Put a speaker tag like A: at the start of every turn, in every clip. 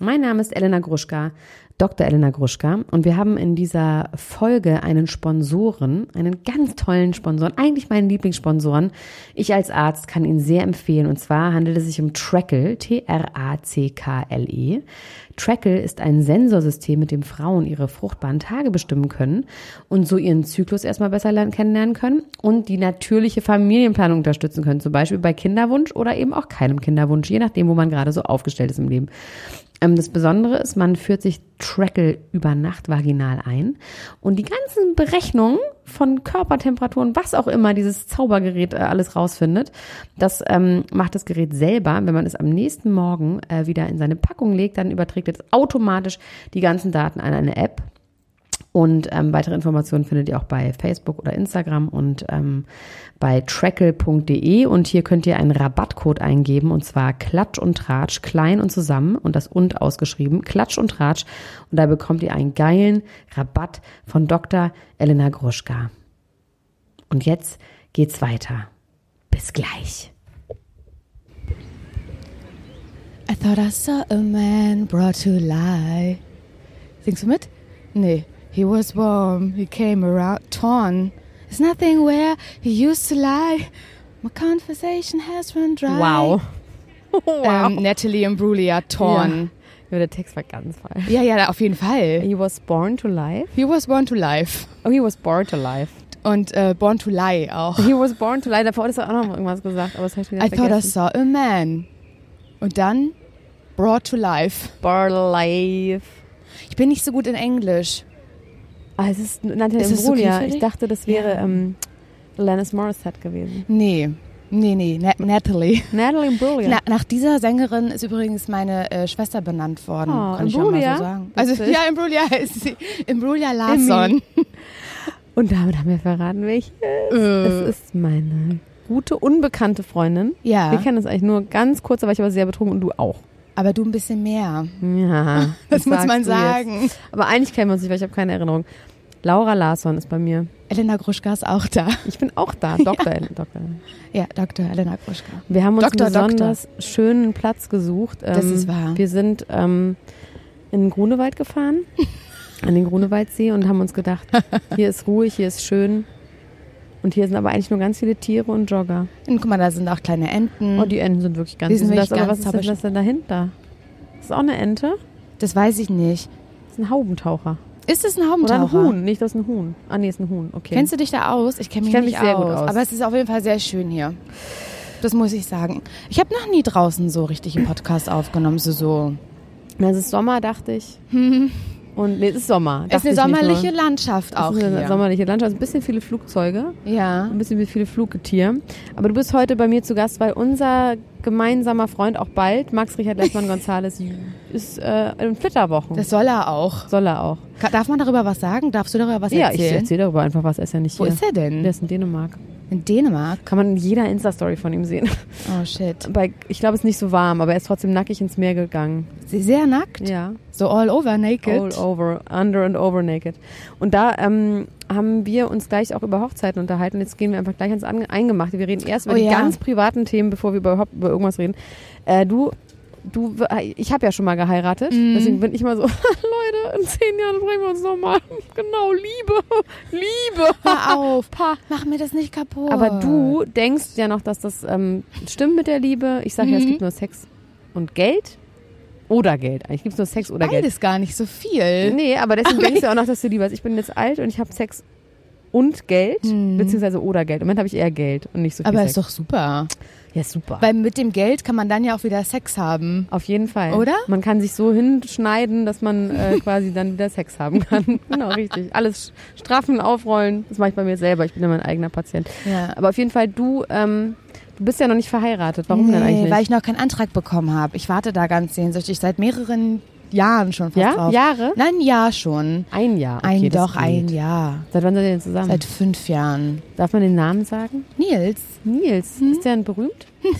A: Mein Name ist Elena Gruschka, Dr. Elena Gruschka und wir haben in dieser Folge einen Sponsoren, einen ganz tollen Sponsoren, eigentlich meinen Lieblingssponsoren. Ich als Arzt kann ihn sehr empfehlen und zwar handelt es sich um Trackle, T-R-A-C-K-L-E. E. Trackle ist ein Sensorsystem, mit dem Frauen ihre fruchtbaren Tage bestimmen können und so ihren Zyklus erstmal besser lernen, kennenlernen können und die natürliche Familienplanung unterstützen können, zum Beispiel bei Kinderwunsch oder eben auch keinem Kinderwunsch, je nachdem, wo man gerade so aufgestellt ist im Leben. Ähm, Das Besondere ist, man führt sich Trackle über Nacht vaginal ein und die ganzen Berechnungen von Körpertemperaturen, was auch immer dieses Zaubergerät äh, alles rausfindet, das ähm, macht das Gerät selber. Wenn man es am nächsten Morgen äh, wieder in seine Packung legt, dann überträgt es automatisch die ganzen Daten an eine App. Und ähm, weitere Informationen findet ihr auch bei Facebook oder Instagram und ähm, bei trackle.de. Und hier könnt ihr einen Rabattcode eingeben und zwar Klatsch und Tratsch, klein und zusammen und das und ausgeschrieben, Klatsch und Tratsch. Und da bekommt ihr einen geilen Rabatt von Dr. Elena Gruschka. Und jetzt geht's weiter. Bis gleich.
B: I thought I saw a man brought to life. Singst du mit? Nee. He was warm, he came around torn. It's nothing where he used to lie. My conversation has run dry.
C: wow.
B: Ähm, Natalie Imbruglia, torn.
C: Ja, der Text war ganz falsch.
B: Ja. ja, auf jeden Fall.
C: He was born to life.
B: He was born to life.
C: Oh, he was born to life.
B: Und äh, born to lie auch.
C: He was born to life. Davor hat er auch noch irgendwas gesagt, aber das habe ich wieder
B: I thought I
C: vergessen.
B: saw a man. Und dann brought to life.
C: Born to life.
B: Ich bin nicht so gut in Englisch.
C: Ah, es ist Natalia
B: Ist das
C: Imbruglia.
B: okay für dich?
C: ich dachte, das wäre ähm, Alanis Morissette gewesen.
B: Nee. Nee, nee, Na Natalie.
C: Natalie Imbruglia.
B: Na, nach dieser Sängerin ist übrigens meine äh, Schwester benannt worden,
C: Oh,
B: kann ich auch mal
C: Imbruglia?
B: so sagen. Also
C: Witzig.
B: ja, Imbruglia heißt sie. Imbruglia Larsson.
C: Und damit haben wir verraten, welche es
B: Äh.
C: Es ist meine gute, unbekannte Freundin. Wir
B: Ja,
C: kennen uns eigentlich nur ganz kurz, aber ich war sehr betrunken und du auch.
B: aber du ein bisschen mehr.
C: Ja.
B: Das muss
C: sagst
B: man
C: du jetzt.
B: sagen.
C: Aber eigentlich kennen wir uns nicht, weil ich habe keine Erinnerung. Laura Larsson ist bei mir.
B: Elena Gruschka ist auch da.
C: Ich bin auch da, Dr. Ellen- Dr.
B: Ja, Dr. Elena Gruschka.
C: Wir haben uns
B: Doktor,
C: einen besonders schönen Platz gesucht.
B: Das
C: Ähm,
B: ist wahr.
C: Wir sind ähm, in den Grunewald gefahren, an den Grunewaldsee und haben uns gedacht, hier ist ruhig, hier ist schön. Und hier sind aber eigentlich nur ganz viele Tiere und Jogger.
B: Und guck mal, da sind auch kleine Enten.
C: Oh, die Enten sind wirklich ganz
B: Mhm. Die sind
C: süß.
B: wirklich
C: das, aber
B: ganz
C: was ist denn
B: tappisch.
C: das denn dahinter? Das ist auch eine Ente.
B: das weiß ich nicht.
C: Das ist ein Haubentaucher.
B: Ist es ein
C: Oder
B: Haubentaucher?
C: ein Huhn. Nicht, das ist ein Huhn. Ah, nee, ist ein Huhn. Okay.
B: Kennst du dich da aus? Ich kenne mich,
C: Ich kenn mich
B: nicht
C: sehr
B: aus,
C: gut aus.
B: Aber es ist auf jeden Fall sehr schön hier. Das muss ich sagen. Ich habe noch nie draußen so richtig einen Podcast aufgenommen, so so.
C: Na, es ist Sommer, dachte ich. Und nee, es ist Sommer.
B: Ist
C: dachte
B: eine
C: ich nicht
B: sommerliche
C: nur.
B: Landschaft auch
C: Es ist eine
B: hier.
C: sommerliche Landschaft. Ein bisschen viele Flugzeuge.
B: ja.
C: ein bisschen wie viele Fluggetier. Aber du bist heute bei mir zu Gast, weil unser gemeinsamer Freund auch bald, Max Richard Lessmann Gonzales, ist äh, in Flitterwochen.
B: Das soll er auch.
C: soll er auch.
B: Ka- Darf man darüber was sagen? Darfst du darüber was
C: ja, ich
B: erzählen?
C: erzähle darüber einfach was. Er ist ja nicht
B: Wo
C: hier.
B: ist er denn?
C: Der ist in Dänemark.
B: In Dänemark.
C: Kann man in jeder Insta-Story von ihm sehen.
B: Oh shit.
C: Bei, ich glaube, es ist nicht so warm, aber er ist trotzdem nackig ins Meer gegangen.
B: Sie ist sehr nackt.
C: Ja.
B: So all over naked.
C: All over, under and over naked. Und da ähm, haben wir uns gleich auch über Hochzeiten unterhalten. Jetzt gehen wir einfach gleich ans Ange- Eingemachte. Wir reden erst über
B: Oh
C: die
B: ja.
C: ganz privaten Themen, bevor wir überhaupt über irgendwas reden. Äh, du du, ich habe ja schon mal geheiratet,
B: Mhm.
C: deswegen bin ich mal so, Leute, in zehn Jahren bringen wir uns nochmal. Genau, Liebe, Liebe.
B: Hör auf, pa, mach mir das nicht kaputt.
C: Aber du denkst ja noch, dass das ähm, stimmt mit der Liebe. Ich sage ja,
B: Mhm.
C: es gibt nur Sex und Geld. Oder Geld. Eigentlich gibt es nur Sex oder Geld.
B: beides gar nicht so viel.
C: Äh, Nee, aber deswegen denkst du auch noch, dass du lieber. also Ich bin jetzt alt und ich habe Sex und Geld, beziehungsweise oder Geld. Im Moment habe ich eher Geld und nicht so viel
B: Hm. Aber
C: Sex.
B: ist doch super.
C: ja, super.
B: Weil mit dem Geld kann man dann ja auch wieder Sex haben.
C: Auf jeden Fall.
B: Oder?
C: Man kann sich so hinschneiden, dass man äh, quasi dann wieder Sex haben kann. genau, richtig. Alles straffen, aufrollen. Das mache ich bei mir selber. Ich bin ja mein eigener Patient.
B: Ja.
C: Aber auf jeden Fall, du, ähm, du bist ja noch nicht verheiratet. Warum denn eigentlich nicht?
B: weil ich noch keinen Antrag bekommen habe. Ich warte da ganz sehnsüchtig seit mehreren Jahren schon fast
C: Ja?
B: drauf.
C: Jahre?
B: Nein, ja schon.
C: ein Jahr. Okay,
B: Ein
C: das
B: doch,
C: geht.
B: ein Jahr.
C: Seit wann seid ihr denn zusammen?
B: Seit fünf Jahren.
C: Darf man den Namen sagen?
B: Nils?
C: Nils. Ist der ein berühmt? Mhm.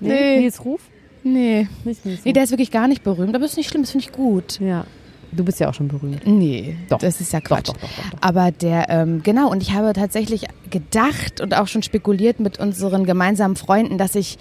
C: Nee.
B: Nee.
C: Nils Ruf?
B: Nee.
C: Nicht Nils
B: Nee,
C: Ruf.
B: der ist wirklich gar nicht berühmt, aber ist nicht schlimm, das finde ich gut.
C: ja. Du bist ja auch schon berühmt.
B: Nee,
C: Doch.
B: das ist ja
C: Doch,
B: Quatsch.
C: doch, doch, doch, doch.
B: Aber der, ähm, genau, und ich habe tatsächlich gedacht und auch schon spekuliert mit unseren gemeinsamen Freunden, dass ich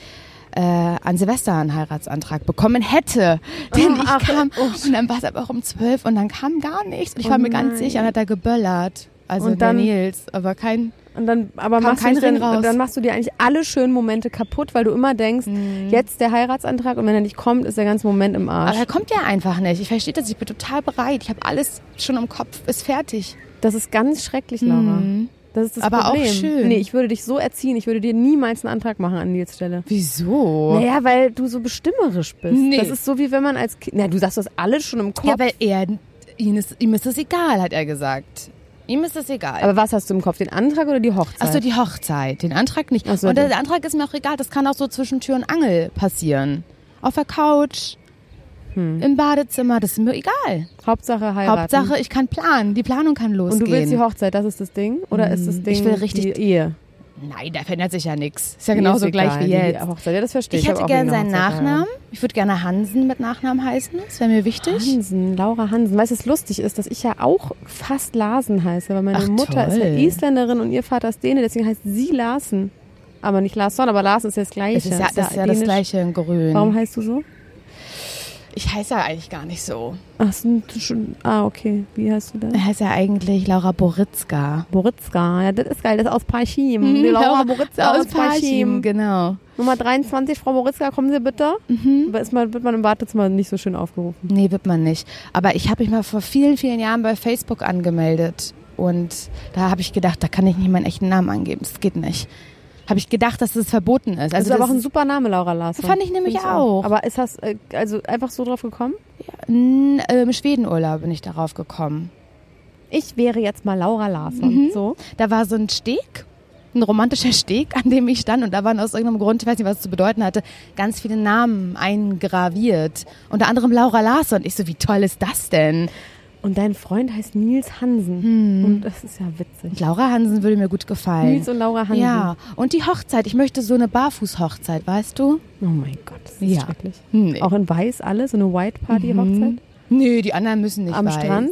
B: äh, an Silvester einen Heiratsantrag bekommen hätte. Denn ich kam, und dann war es aber auch um zwölf und dann kam gar nichts. Und ich war mir ganz sicher, und hat da geböllert. Also
C: Und dann-
B: der Nils, aber kein,
C: Und dann, aber
B: Kam
C: machst
B: kein
C: du dann,
B: Ring raus.
C: dann machst du dir eigentlich alle schönen Momente kaputt, weil du immer denkst, jetzt der Heiratsantrag und wenn er nicht kommt, ist der ganze Moment im
B: aber
C: Arsch.
B: er kommt ja einfach nicht. Ich verstehe das, ich bin total bereit. Ich habe alles schon im Kopf, ist fertig.
C: Das ist ganz schrecklich, Laura. Mhm. Das ist das
B: Aber auch
C: Problem.
B: schön.
C: Nee, ich würde dich so erziehen, ich würde dir niemals einen Antrag machen an Nils Stelle.
B: Wieso?
C: Naja, weil du so bestimmerisch bist.
B: Nee.
C: Das ist so wie wenn man als Kind. Na, du sagst das alles schon im Kopf.
B: Ja, weil er, ihm ist, ihm ist das egal, hat er gesagt. Ihm ist das egal.
C: aber was hast du im Kopf? Den Antrag oder die Hochzeit?
B: Achso, die Hochzeit, den Antrag nicht.
C: Ach so,
B: und
C: den-
B: der Antrag ist mir auch egal, das kann auch so zwischen Tür und Angel passieren. Auf der Couch,
C: Hm.
B: im Badezimmer, das ist mir egal.
C: Hauptsache heiraten.
B: Hauptsache, ich kann planen, die Planung kann
C: Und
B: losgehen. Mhm.
C: du willst die Hochzeit, das ist das Ding? Oder ist das Ding
B: Ich will richtig-
C: die Ehe?
B: Nein, da verändert sich ja nichts. Ist ja
C: Mir
B: genauso
C: ist
B: gleich
C: egal,
B: wie
C: die
B: jetzt.
C: Hochzeit. Ja, das verstehe
B: Ich
C: ich.
B: hätte
C: hab auch
B: gern
C: wegen der
B: seinen
C: Hochzeit
B: Nachnamen. Ich würde gerne Hansen mit Nachnamen heißen, das wäre mir wichtig.
C: Hansen, Laura Hansen. Weißt du, was lustig ist, dass ich ja auch fast Larsen heiße, weil meine
B: Ach,
C: Mutter ist ja
B: toll.
C: Isländerin und ihr Vater ist Däne, deswegen heißt sie Larsen. Aber nicht Larsson, aber Larsen ist ja das Gleiche.
B: Es ist ja, das, ist ja das
C: dänisch.
B: gleiche in Grün.
C: Warum heißt du so?
B: Ich heiße ja eigentlich gar nicht so.
C: Ach, so, schon- ah, okay. Wie heißt du denn?
B: Ich heiße ja eigentlich Laura Boritzka. Mhm,
C: Boritzka. Ja, das ist geil. Das ist aus Parchim. Die Mhm, Laura Boritzka aus, Parchim.
B: Genau.
C: Nummer 23, Frau Boritzka, kommen Sie bitte. Aber Ist man, wird man im Wartezimmer nicht so schön aufgerufen.
B: Nee, wird man nicht. Aber ich habe mich mal vor vielen, vielen Jahren bei Facebook angemeldet. Und da habe ich gedacht, da kann ich nicht meinen echten Namen angeben. Das geht nicht. Habe ich gedacht, dass das verboten ist. Also
C: Also das ist aber auch
B: das
C: ein super Name, Laura Larsson.
B: Fand ich nämlich
C: Find's
B: auch.
C: Aber ist das äh, also einfach so drauf gekommen?
B: n, äh, im Schwedenurlaub bin ich darauf gekommen.
C: ich wäre jetzt mal Laura Larsson. So.
B: Da war so ein Steg, ein romantischer Steg, an dem ich stand. Und da waren aus irgendeinem Grund, ich weiß nicht, was es zu bedeuten hatte, ganz viele Namen eingraviert. Unter anderem Laura Larsson. Und ich so, wie toll ist das denn?
C: Und dein Freund heißt Nils Hansen. Und das ist ja witzig.
B: Und Laura Hansen würde mir gut gefallen.
C: Nils und Laura Hansen.
B: Ja, und die Hochzeit. Ich möchte so eine Barfußhochzeit, weißt du?
C: Oh mein Gott, das ist
B: Ja.
C: schrecklich.
B: Nee.
C: Auch in weiß alles, so eine White Party Hochzeit
B: Nö, die anderen müssen nicht
C: am
B: weiß.
C: Strand.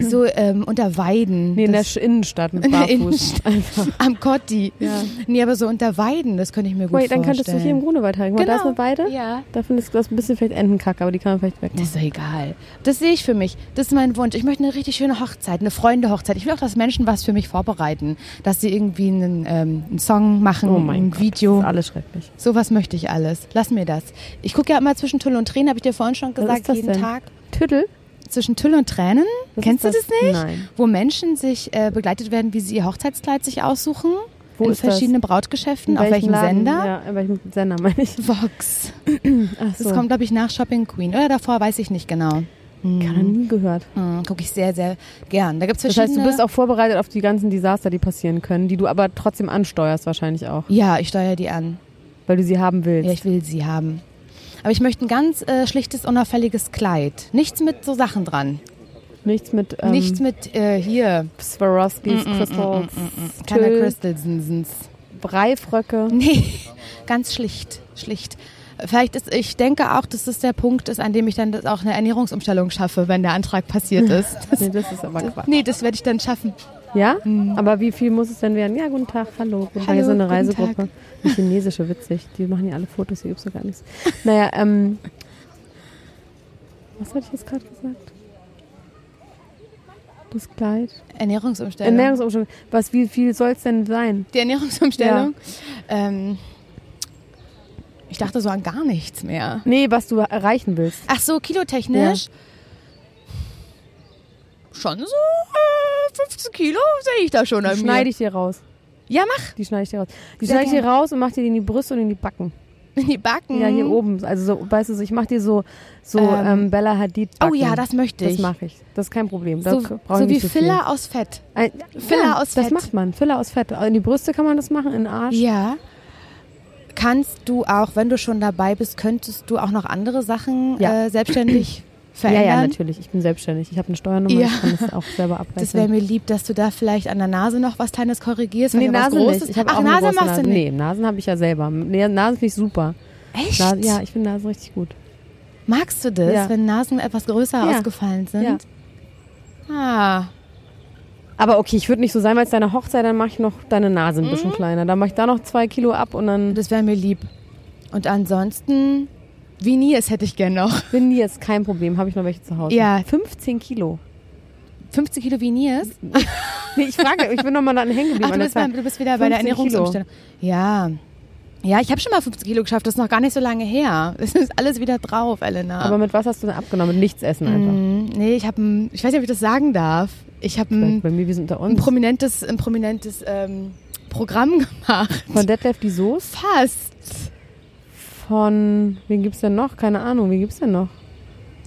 B: So ähm, unter Weiden.
C: Nee, in der
B: das,
C: Sch- Innenstadt mit
B: In der
C: Barfuß.
B: Innenstadt.
C: Einfach.
B: am Cotti.
C: Ja.
B: Nee, aber so unter Weiden, das könnte ich mir gut
C: Wait, dann
B: vorstellen.
C: könntest du hier im Grunewald halten. Guck mal, Da ist
B: Genau.
C: eine Weide.
B: Ja.
C: Da findest du das ein bisschen vielleicht Entenkacke, aber die kann man vielleicht
B: Das
C: wegmachen.
B: ist doch egal. Das sehe ich für mich. Das ist mein Wunsch. Ich möchte eine richtig schöne Hochzeit, eine Freunde-Hochzeit. Ich will auch, dass Menschen was für mich vorbereiten. Dass sie irgendwie einen, ähm, einen Song machen,
C: Oh mein
B: ein
C: Gott,
B: Video.
C: Das ist alles schrecklich.
B: Sowas möchte ich alles. Lass mir das. Ich gucke ja immer zwischen Tülle und Tränen, habe ich dir vorhin schon gesagt,
C: ist das
B: jeden
C: denn?
B: Tag.
C: Tüdel?
B: zwischen Tüll und Tränen.
C: Was
B: Kennst
C: ist
B: du
C: das?
B: das nicht?
C: Nein.
B: Wo Menschen sich äh, begleitet werden, wie sie ihr Hochzeitskleid sich aussuchen.
C: Wo
B: in
C: ist das?
B: verschiedenen Brautgeschäften, auf welchem
C: Laden?
B: Sender.
C: Ja, in welchem Sender meine ich.
B: Vox.
C: Ach
B: Das
C: so.
B: kommt, glaube ich, nach Shopping Queen. Oder davor, weiß ich nicht genau.
C: Kann er nie gehört.
B: Hm, Gucke ich sehr, sehr gern. Da gibt's
C: Das heißt,
B: verschiedene...
C: du bist auch vorbereitet auf die ganzen Desaster, die passieren können, die du aber trotzdem ansteuerst wahrscheinlich auch,
B: Ja, ich steuere die an.
C: weil du sie haben willst.
B: Ja, ich will sie haben. Aber ich möchte ein ganz äh, schlichtes, unauffälliges Kleid. Nichts mit so Sachen dran.
C: Nichts mit ähm,
B: Nichts mit Mm, äh, hier.
C: Swarovskis, Crystals,
B: Keiner
C: Tüll,
B: Crystalsensens.
C: Breifröcke.
B: Nee, ganz schlicht, schlicht. Vielleicht ist, ich denke auch, dass das der Punkt ist, an dem ich dann das auch eine Ernährungsumstellung schaffe, wenn der Antrag passiert ist.
C: Nee, das ist aber Quatsch.
B: nee, das werde ich dann schaffen.
C: Ja? Aber wie viel muss es denn werden? Ja, guten Tag, hallo. Guten Tag,
B: Mhm. Hallo,
C: so eine
B: guten
C: Reisegruppe.
B: Tag.
C: Die chinesische, witzig. Die machen ja alle Fotos, die übst du gar nichts. Naja, ähm. Was hatte ich jetzt gerade gesagt? Das Kleid.
B: Ernährungsumstellung.
C: Ernährungsumstellung. Was, wie viel soll es denn sein?
B: Die Ernährungsumstellung. Ähm, ich dachte so an gar nichts mehr.
C: Nee, was du erreichen willst.
B: Ach so, kilotechnisch? Schon so äh, 15 Kilo sehe ich da schon an
C: Die schneide
B: mir.
C: ich dir raus.
B: Ja, mach.
C: Die schneide ich dir raus. Die
B: Sehr
C: schneide ich dir
B: gerne.
C: raus und mach dir die in die Brüste und in die Backen.
B: In die Backen.
C: Ja, hier oben. Also, so, weißt du, so, ich mach dir so, so ähm,
B: Mhm. Ähm.
C: Bella Hadid.
B: Oh
C: Backen.
B: ja, das möchte
C: Das
B: ich.
C: mache ich. Das ist kein Problem. Da
B: so
C: brauch ich
B: so wie
C: nicht so viel.
B: Filler aus Fett.
C: Ein,
B: Filler
C: ja,
B: aus
C: Das
B: Fett.
C: macht man. Filler aus Fett. In die Brüste kann man das machen, in den Arsch.
B: Ja. Kannst du auch, wenn du schon dabei bist, könntest du auch noch andere Sachen
C: Ja.
B: äh, selbstständig
C: ja,
B: verändern?
C: ja, natürlich. Ich bin selbstständig. Ich habe eine Steuernummer.
B: Ja.
C: Ich kann das auch selber abrechnen.
B: Das wäre mir lieb, dass du da vielleicht an der Nase noch was Kleines korrigierst.
C: Nee,
B: vielleicht auch
C: Nase
B: was
C: nicht.
B: Großes.
C: Ich habe
B: Ach,
C: auch eine
B: Nase
C: große
B: machst
C: Nase.
B: du nicht.
C: Nee, Nasen habe ich ja selber. Nee, Nasen finde ich super.
B: Echt?
C: Nasen, ja, ich finde Nasen richtig gut.
B: Magst du das,
C: Ja.
B: wenn Nasen etwas größer
C: Ja.
B: ausgefallen
C: Ja.
B: sind? Ah,
C: Aber okay, ich würde nicht so sein, weil es deine Hochzeit, dann mache ich noch deine Nase ein
B: Mhm.
C: bisschen kleiner. Dann mache ich da noch zwei Kilo ab und dann
B: das wäre mir lieb. Und ansonsten, wie nie, es hätte ich gern noch.
C: bin die jetzt kein Problem. Habe ich noch welche zu Hause.
B: Ja.
C: 15 Kilo.
B: 15 Kilo Viniers?
C: Nee, ich frage, ich bin nochmal dann hängen geblieben.
B: Ach,
C: an
B: du
C: der
B: bist,
C: Zahl.
B: beim- du bist wieder bei der
C: 15 Kilo.
B: Ernährungsumstellung. Ja. Ja, ich habe schon mal 15 Kilo geschafft. Das ist noch gar nicht so lange her. Es ist alles wieder drauf, Elena.
C: Aber mit was hast du denn abgenommen? Mit nichts essen einfach.
B: Mm, nee, ich habe ein, ich weiß nicht, ob ich das sagen darf. Ich habe ein,
C: Bei mir, wir sind unter
B: ein
C: uns.
B: prominentes, ein prominentes ähm, Programm gemacht.
C: Von Detlef die Soße?
B: Fast.
C: Von, wen gibt's denn noch? Keine Ahnung, wen gibt's denn noch?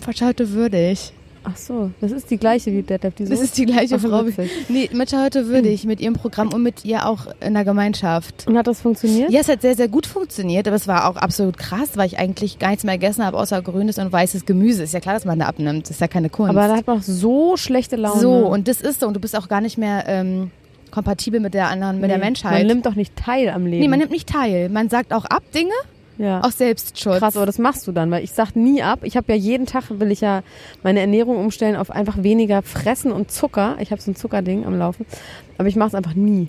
B: Verschaute würdig.
C: Ach so, das ist die gleiche wie Detlef die
B: Das
C: Soße.
B: ist die gleiche
C: Ach,
B: Frau.
C: witzig.
B: Nee, Matcha heute würdig mit ihrem Programm und mit ihr auch in der Gemeinschaft.
C: Und hat das funktioniert?
B: Ja, es hat sehr, sehr gut funktioniert, aber es war auch absolut krass, weil ich eigentlich gar nichts mehr gegessen habe, außer grünes und weißes Gemüse. Ist ja klar, dass man da abnimmt. Ist ja keine Kunst.
C: Aber da hat man auch so schlechte Laune.
B: so, und das ist so. Und du bist auch gar nicht mehr ähm, kompatibel mit der anderen, mit der
C: Nee,
B: Menschheit.
C: Man nimmt doch nicht teil am Leben.
B: nee, man nimmt nicht teil. Man sagt auch ab Dinge
C: ja.
B: aus Selbstschutz.
C: Krass, aber das machst du dann, weil ich sag nie ab. Ich habe ja jeden Tag, will ich ja meine Ernährung umstellen auf einfach weniger Fressen und Zucker. Ich habe so ein Zuckerding am Laufen, aber ich mache es einfach nie.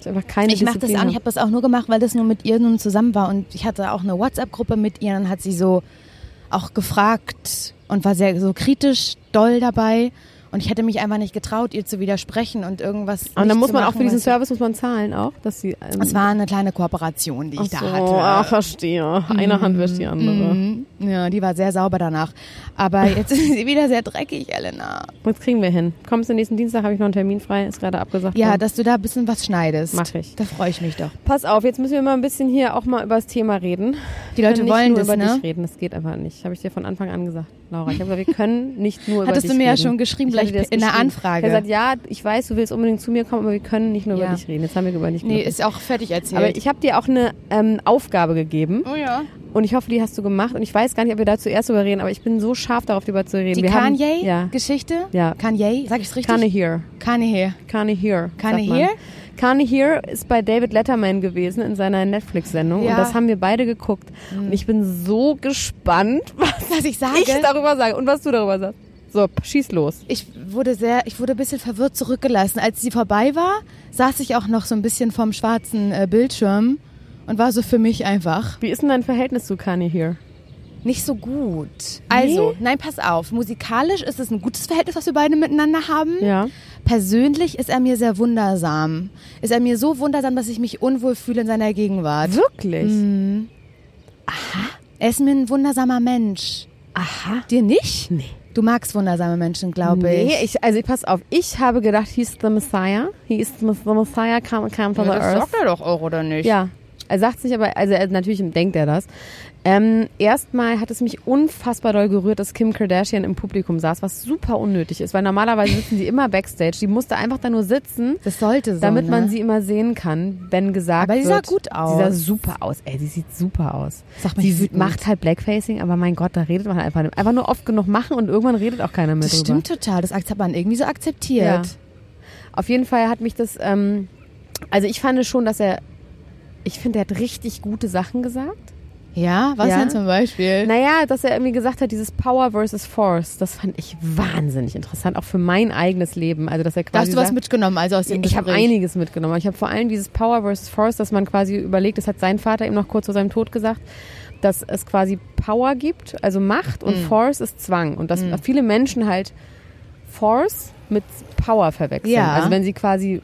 C: Ich einfach keine
B: Ich mache das
C: Disziplin
B: auch.
C: hab.
B: Ich habe das auch nur gemacht, weil das nur mit ihr nun zusammen war und ich hatte auch eine WhatsApp-Gruppe mit ihr. Dann hat sie so auch gefragt und war sehr so kritisch doll dabei und ich hätte mich einfach nicht getraut, ihr zu widersprechen und irgendwas.
C: Und
B: nicht
C: dann muss
B: zu
C: man auch
B: machen,
C: für diesen
B: weißt du.
C: Service muss man zahlen auch, dass sie. Ähm,
B: Es war eine kleine Kooperation, die ich da hatte.
C: ah, verstehe. Eine Hand wäscht die andere.
B: Mhm. Ja, die war sehr sauber danach. Aber jetzt ist sie wieder sehr dreckig, Elena.
C: Jetzt kriegen wir hin. Kommst du nächsten Dienstag, habe ich noch einen Termin frei, ist gerade abgesagt.
B: Ja,
C: worden.
B: dass du da ein bisschen was schneidest.
C: Mach ich.
B: Da freue ich mich doch.
C: pass auf, jetzt müssen wir mal ein bisschen hier auch mal über das Thema reden.
B: Die
C: Wir
B: Leute
C: können nicht
B: wollen
C: nur
B: das,
C: über
B: ne?
C: dich reden, das geht einfach nicht. Habe ich dir von Anfang an gesagt, Laura. Ich habe gesagt, wir können nicht nur über dich
B: Hattest du mir ja
C: reden.
B: schon geschrieben,
C: Ich hatte
B: gleich
C: dir das
B: in der
C: geschrieben.
B: Anfrage.
C: Er sagt, ja, ich weiß, du willst unbedingt zu mir kommen, aber wir können nicht nur über
B: Ja.
C: dich reden. Jetzt haben wir über dich
B: Nee,
C: geredet.
B: ist auch fertig erzählt.
C: Aber ich habe dir auch eine ähm, Aufgabe gegeben
B: oh ja.
C: und ich hoffe, die hast du gemacht. Und ich weiß gar nicht, ob wir da zuerst drüber reden, aber ich bin so scharf darauf, darüber zu reden.
B: Die
C: wir Haben, ja.
B: Kanye-Geschichte?
C: Ja.
B: Kanye? Sag ich's richtig?
C: Kanye here.
B: Kanye.
C: Kanye here.
B: Kanye
C: sagt man.
B: here?
C: Kanye here ist bei David Letterman gewesen in seiner Netflix-Sendung und
B: Ja.
C: das haben wir beide geguckt. Und ich bin so gespannt, was
B: Was ich sage?
C: ich darüber sage und was du darüber sagst. So, p- schieß los.
B: ich wurde sehr, ich wurde ein bisschen verwirrt zurückgelassen. Als sie vorbei war, saß ich auch noch so ein bisschen vom schwarzen äh, Bildschirm und war so für mich einfach
C: Wie ist denn dein Verhältnis zu Kanye here?
B: nicht so gut. Also, nein, pass auf. Musikalisch ist es ein gutes Verhältnis, was wir beide miteinander haben.
C: Ja.
B: Persönlich ist er mir sehr wundersam. Ist er mir so wundersam, dass ich mich unwohl fühle in seiner Gegenwart.
C: Wirklich?
B: Mhm. Er ist mir ein wundersamer Mensch.
C: Aha.
B: Dir nicht? Nee. Du magst wundersame Menschen, glaube
C: Nee,
B: ich.
C: ich, also pass auf, ich habe gedacht, he's the Messiah. He is the Messiah, come, come from the earth.
B: er doch auch, oder nicht?
C: Ja, er sagt sich aber, also er, natürlich denkt er das. Ähm, erstmal hat es mich unfassbar doll gerührt, dass Kim Kardashian im Publikum saß, was super unnötig ist, weil normalerweise sitzen sie immer backstage. Die musste einfach da nur sitzen,
B: Das sollte so,
C: damit
B: ne?
C: man sie immer sehen kann, wenn gesagt
B: Aber
C: wird.
B: sie sah gut
C: Sie sah
B: aus.
C: super aus. Ey, sie sieht super aus.
B: Sag mal,
C: sie
B: ich wütend.
C: macht halt Blackfacing, aber mein Gott, da redet man halt einfach einfach nur oft genug machen und irgendwann redet auch keiner mehr
B: Das
C: drüber.
B: stimmt total. Das hat man irgendwie so akzeptiert.
C: Ja. Auf jeden Fall hat mich das, ähm, also ich fand schon, dass er, ich finde, er hat richtig gute Sachen gesagt.
B: Ja, was
C: Ja.
B: denn zum Beispiel?
C: Naja, dass er irgendwie gesagt hat, dieses Power versus Force, das fand ich wahnsinnig interessant, auch für mein eigenes Leben. Also, dass er
B: da
C: quasi
B: hast du was
C: sagt,
B: mitgenommen, also aus dem
C: ich habe
B: Gespräch.
C: einiges mitgenommen. Ich habe vor allem dieses Power versus Force, dass man quasi überlegt, das hat sein Vater ihm noch kurz vor seinem Tod gesagt, dass es quasi Power gibt, also Macht
B: Mm.
C: und Force ist Zwang. Und dass viele Menschen halt Force mit Power verwechseln.
B: Ja.
C: Also wenn sie quasi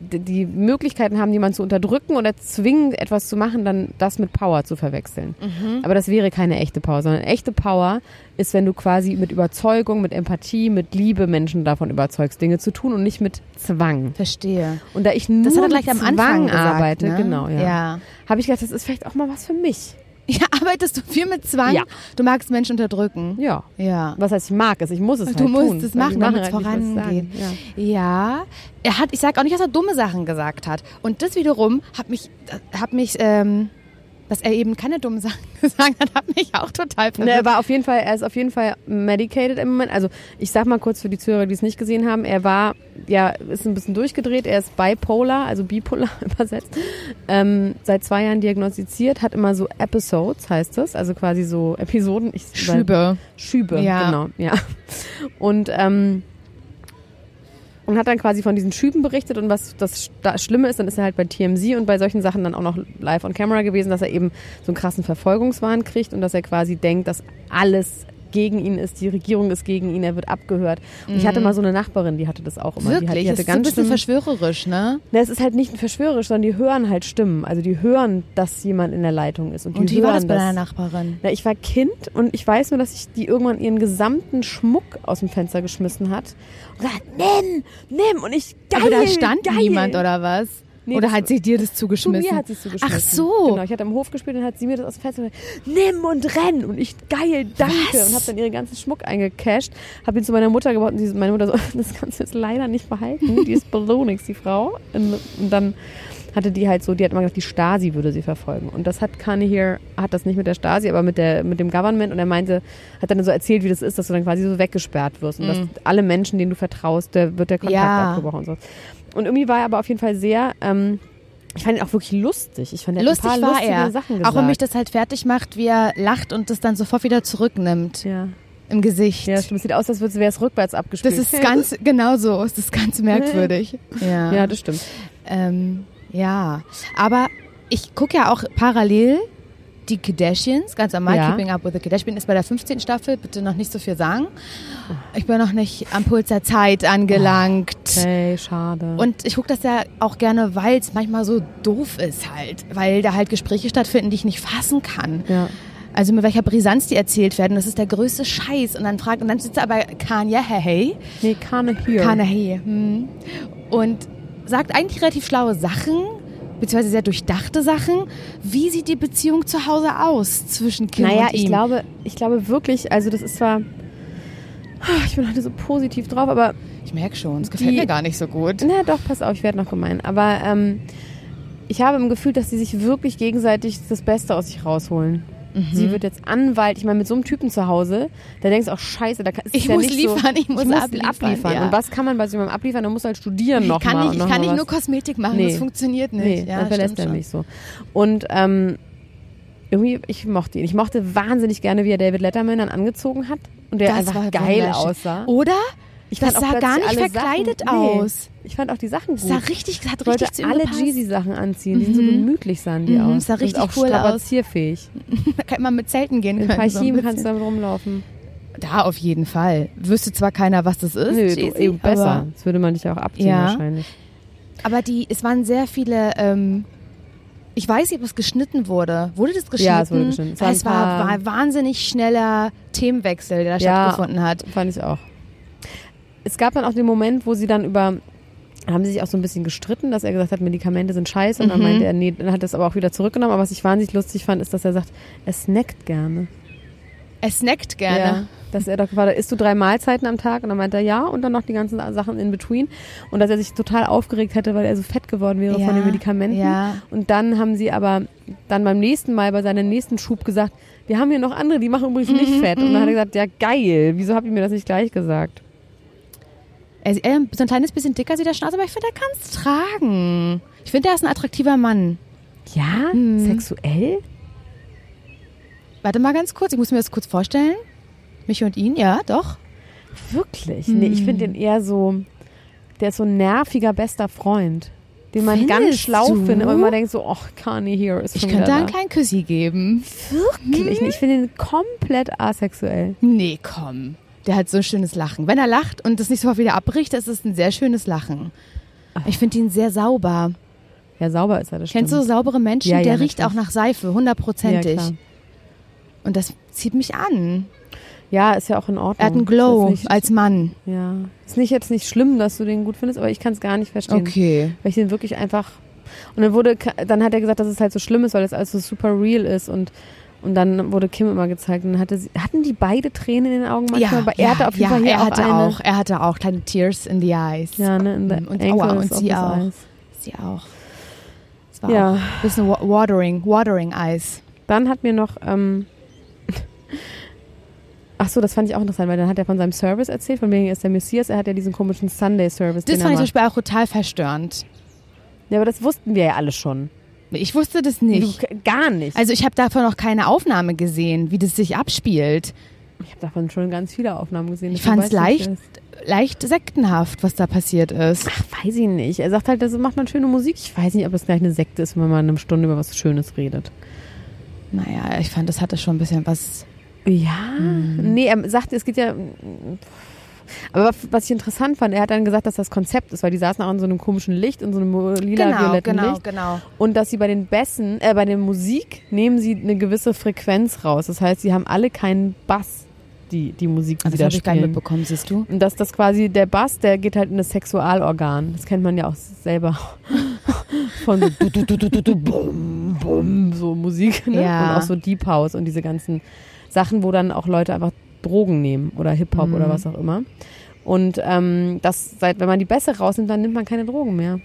C: d- die Möglichkeiten haben, jemanden zu unterdrücken oder zwingend etwas zu machen, dann das mit Power zu verwechseln.
B: Mhm.
C: Aber das wäre keine echte Power, sondern echte Power ist, wenn du quasi mit Überzeugung, mit Empathie, mit Liebe Menschen davon überzeugst, Dinge zu tun und nicht mit Zwang.
B: Verstehe.
C: Und da ich nur
B: Das hat er
C: mit
B: gleich am
C: Zwang
B: Anfang gesagt,
C: arbeite,
B: ne?
C: genau, ja,
B: ja.
C: habe ich gedacht, das ist vielleicht auch mal was für mich.
B: Ja, arbeitest du viel mit Zwang?
C: Ja.
B: Du magst Menschen unterdrücken.
C: Ja.
B: Ja.
C: Was heißt, ich mag es, ich muss es
B: Du
C: halt tun.
B: musst es
C: weil
B: machen,
C: ich mache
B: damit's
C: halt nicht, was ich sage.
B: vorangeht.
C: Ja.
B: Ja, er hat, ich sag auch nicht, dass er dumme Sachen gesagt hat. Und das wiederum hat mich, hat mich, ähm, dass er eben keine dummen Sachen gesagt hat, hat mich auch total
C: Ne,
B: verwirrt.
C: er war auf jeden Fall, er ist auf jeden Fall medicated im Moment. Also ich sag mal kurz für die Zuhörer, die es nicht gesehen haben, er war, ja, ist ein bisschen durchgedreht, er ist bipolar, also bipolar übersetzt, ähm, seit zwei Jahren diagnostiziert, hat immer so Episodes, heißt es, also quasi so Episoden. Ich,
B: Schübe.
C: Schübe,
B: Ja.
C: genau, ja. Und, ähm, und hat dann quasi von diesen Schüben berichtet und was das Sch- Schlimme ist, dann ist er halt bei TMZ und bei solchen Sachen dann auch noch live on camera gewesen, dass er eben so einen krassen Verfolgungswahn kriegt und dass er quasi denkt, dass alles gegen ihn ist, die Regierung ist gegen ihn, er wird abgehört. Und ich hatte mal so eine Nachbarin, die hatte das auch immer. Oh Die, hat-
B: Mhm. Wirklich,
C: die
B: das
C: hatte
B: ist so ein
C: ganz
B: bisschen
C: schlimm,
B: verschwörerisch, ne?
C: Na, es ist halt nicht verschwörerisch, sondern die hören halt Stimmen. Also die hören, dass jemand in der Leitung ist. Und, die
B: Und wie
C: hören
B: war das bei
C: das.
B: deiner Nachbarin?
C: Na, ich war Kind und ich weiß nur, dass ich die irgendwann ihren gesamten Schmuck aus dem Fenster geschmissen hat. Und gesagt, hat, nimm, nimm. Und ich, geil,
B: Aber da stand
C: geil.
B: niemand oder was?
C: Nee,
B: oder
C: das-
B: hat sie dir das
C: Zu
B: zugeschmissen?
C: mir hat sie es zugeschmissen.
B: Ach so.
C: Genau, ich hatte im Hof gespielt und hat sie mir das aus dem Fenster gesagt, nimm und renn. Und ich, geil, danke.
B: Was?
C: Und habe dann ihren ganzen Schmuck eingecasht, habe ihn zu meiner Mutter gebracht und sie, meine Mutter so, das kannst du jetzt leider nicht behalten. Die ist Belohnix, die Frau. Und, und dann hatte die halt so, die hat immer gesagt, die Stasi würde sie verfolgen. Und das hat Kanye hier, hat das nicht mit der Stasi, aber mit, der, mit dem Government. Und er meinte, hat dann so erzählt, wie das ist, dass du dann quasi so weggesperrt wirst. Und dass alle Menschen, denen du vertraust, der wird der
B: Mm.
C: Kontakt
B: Ja.
C: abgebrochen und so. Und irgendwie war er aber auf jeden Fall sehr, ähm, ich fand ihn auch wirklich lustig. Ich fand, er
B: Lustig
C: hat ein paar
B: war
C: halt lustige
B: er.
C: Sachen
B: auch
C: gesagt.
B: wenn mich das halt fertig macht, wie er lacht und das dann sofort wieder zurücknimmt
C: ja.
B: im Gesicht.
C: ja, stimmt. Es sieht aus, als wäre es rückwärts
B: Das
C: abgespielt.
B: ist ganz, genau so. Es ist ganz merkwürdig. Ja.
C: Ja, das stimmt.
B: Ähm, ja, aber ich gucke ja auch parallel die Kardashians, ganz normal,
C: Ja.
B: Keeping Up with the Kardashians ist bei der 15. Staffel, bitte noch nicht so viel sagen. Ich bin noch nicht am Puls der Zeit angelangt.
C: Hey, schade.
B: Und ich gucke das ja auch gerne, weil es manchmal so doof ist halt, weil da halt Gespräche stattfinden, die ich nicht fassen kann.
C: ja.
B: Also mit welcher Brisanz die erzählt werden, das ist der größte Scheiß. Und dann fragt, und dann sitzt da aber Kanye, hey, hey,
C: Nee, Kane hier.
B: Kanahe. Hm. Und sagt eigentlich relativ schlaue Sachen, beziehungsweise sehr durchdachte Sachen. Wie sieht die Beziehung zu Hause aus zwischen Kim
C: Naja,
B: und ihm?
C: ich glaube, ich glaube wirklich, also das ist zwar, ah, ich bin heute so positiv drauf, aber
B: ich merke schon, es gefällt
C: Die-
B: mir gar nicht so gut.
C: Na doch, pass auf, ich werde noch gemein. Aber ähm, ich habe im Gefühl, dass sie sich wirklich gegenseitig das Beste aus sich rausholen.
B: Mhm.
C: Sie wird jetzt Anwalt. Ich meine, mit so einem Typen zu Hause, da denkst du auch, scheiße, da kann, es ist
B: Ich
C: ja
B: muss
C: nicht
B: liefern,
C: so,
B: ich muss abliefern, ja.
C: Und was kann man bei so jemandem abliefern? Du musst halt studieren
B: Ich
C: nochmal.
B: kann, nicht,
C: noch
B: ich kann
C: mal
B: nicht
C: was.
B: nur Kosmetik machen,
C: Nee.
B: das funktioniert
C: Nee,
B: nicht. ja,
C: dann verlässt
B: stimmt
C: er
B: schon.
C: mich so. Und ähm, irgendwie, ich mochte ihn. Ich mochte wahnsinnig gerne, wie er David Letterman dann angezogen hat. Und der
B: Das
C: einfach
B: war
C: geil
B: wunderschön.
C: aussah.
B: Oder?
C: ich
B: das
C: auch
B: sah gar
C: plötzlich
B: nicht
C: alle
B: verkleidet
C: Sachen, nee,
B: aus.
C: Ich fand auch die Sachen gut.
B: Das sah richtig, das hat
C: Ich wollte
B: richtig zu ihm
C: alle
B: gepasst.
C: Jeezy-Sachen anziehen. Die sind so gemütlich, sahen die
B: Mhm,
C: aus.
B: sah richtig
C: und auch
B: cool aus.
C: strapazierfähig.
B: Da kann man mit Zelten gehen
C: In
B: können. So ein
C: Parchim
B: bisschen.
C: kannst du damit rumlaufen.
B: da auf jeden Fall. Wüsste zwar keiner, was das ist.
C: Nö, du,
B: Jeezy,
C: eben besser.
B: Aber,
C: Das würde man dich auch abziehen
B: Ja.
C: wahrscheinlich.
B: aber die, es waren sehr viele. Ähm, ich weiß nicht, ob es geschnitten wurde. Wurde das geschnitten?
C: Ja, es wurde geschnitten. Es
B: Weil
C: waren
B: Es
C: ein
B: war, war
C: paar-
B: wahnsinnig schneller Themenwechsel, der da
C: Ja.
B: stattgefunden hat.
C: Fand ich auch. Es gab dann auch den Moment, wo sie dann über haben sie sich auch so ein bisschen gestritten, dass er gesagt hat, Medikamente sind scheiße
B: Mhm.
C: und dann meinte er, nee, dann hat er es aber auch wieder zurückgenommen. Aber was ich wahnsinnig lustig fand, ist, dass er sagt, er snackt gerne.
B: Er snackt
C: Ja,
B: gerne.
C: dass er da gefragt hat, isst du drei Mahlzeiten am Tag? Und dann meinte er ja und dann noch die ganzen Sachen in between. Und dass er sich total aufgeregt hätte, weil er so fett geworden wäre von den Medikamenten.
B: Ja.
C: Und dann haben sie aber dann beim nächsten Mal bei seinem nächsten Schub gesagt, wir haben hier noch andere, die machen übrigens
B: Mhm,
C: nicht fett. Und dann hat er gesagt, ja geil, wieso habt ihr mir das nicht gleich gesagt?
B: Er, er, so ein kleines bisschen dicker sieht der schon aus, aber ich finde, er kann es
C: Hm.
B: tragen. Ich finde, er ist ein attraktiver Mann.
C: Ja, sexuell?
B: Warte mal ganz kurz, ich muss mir das kurz vorstellen. Mich und ihn, ja, doch.
C: Wirklich? Nee, ich
B: Hm.
C: finde den eher so, der ist so ein nerviger bester Freund, den man ganz
B: Findest
C: schlau
B: du?
C: findet und immer denkt so, ach, Kanye here ist
B: Ich
C: schon
B: könnte da einen
C: wieder
B: kleinen Küssi geben.
C: da. Ich, ich finde
B: Mhm.
C: ihn komplett asexuell.
B: Nee, komm. Der hat so ein schönes Lachen. Wenn er lacht und das nicht sofort wieder abbricht, das ist ein sehr schönes Lachen. Ich finde ihn sehr sauber.
C: Ja, sauber ist er, das
B: Kennst du
C: stimmt.
B: saubere Menschen?
C: Ja, ja,
B: der riecht
C: natürlich.
B: auch nach Seife, hundertprozentig.
C: ja, klar.
B: und das zieht mich an.
C: ja, ist ja auch in Ordnung.
B: Er hat einen
C: Oh, Ist
B: Glow
C: jetzt nicht,
B: als Mann.
C: ja. Ist nicht jetzt nicht schlimm, dass du den gut findest, aber ich kann es gar nicht verstehen.
B: Okay.
C: Weil ich den wirklich einfach. Und dann wurde, Ka- dann hat er gesagt, dass es halt so schlimm ist, weil das alles so super real ist und und dann wurde Kim immer gezeigt und dann hatte sie, hatten die beide Tränen in den Augen manchmal,
B: Ja,
C: aber er hatte auf jeden
B: ja,
C: Fall hier
B: er hatte
C: auch, eine.
B: auch, er hatte auch kleine Tears in the eyes.
C: Ja, ne, in der
B: Und
C: Ankle
B: aua,
C: ist
B: und sie
C: das
B: auch.
C: Eis.
B: Sie auch. Es war
C: Ja.
B: auch ein bisschen wa- watering, watering Eis.
C: Dann hat mir noch, ähm, ach so, das fand ich auch interessant, weil dann hat er von seinem Service erzählt, von wegen er ist der Messias, er hat ja diesen komischen Sunday Service.
B: Das
C: den
B: fand ich zum
C: er macht.
B: Beispiel auch total verstörend.
C: Ja, aber das wussten wir ja alle schon.
B: Ich wusste das nicht.
C: Du, gar nicht.
B: Also ich habe davon noch keine Aufnahme gesehen, wie das sich abspielt.
C: ich habe davon schon ganz viele Aufnahmen gesehen.
B: Ich
C: deswegen
B: fand's
C: weiß nicht,
B: leicht. Leicht sektenhaft, was da passiert ist.
C: Ach, weiß ich nicht. Er sagt halt, das macht man schöne Musik. Ich weiß nicht, ob das gleich eine Sekte ist, wenn man eine Stunde über was Schönes redet.
B: Naja, ich fand, das hatte schon ein bisschen was.
C: Ja. Mhm. Nee, er sagt, es geht ja. Aber was ich interessant fand, er hat dann gesagt, dass das Konzept ist, weil die saßen auch in so einem komischen Licht, in so einem äh, lila-violetten Licht.
B: genau.
C: Und dass sie bei den Bässen, äh, bei der Musik nehmen sie eine gewisse Frequenz raus. Das heißt, sie haben alle keinen Bass, die, die Musik, die
B: Also
C: sie
B: das habe
C: da
B: ich gar nicht
C: spielen.
B: mitbekommen, siehst du?
C: Und dass das quasi der Bass, der geht halt in das Sexualorgan. Das kennt man ja auch selber von so, du, du, du, du, du, du, bum, bum, so Musik. Ne?
B: Ja.
C: Und auch so Deep House und diese ganzen Sachen, wo dann auch Leute einfach Drogen nehmen oder Hip-Hop
B: Mhm.
C: oder was auch immer. Und ähm, das, seit, wenn man die Bässe rausnimmt, dann nimmt man keine Drogen mehr.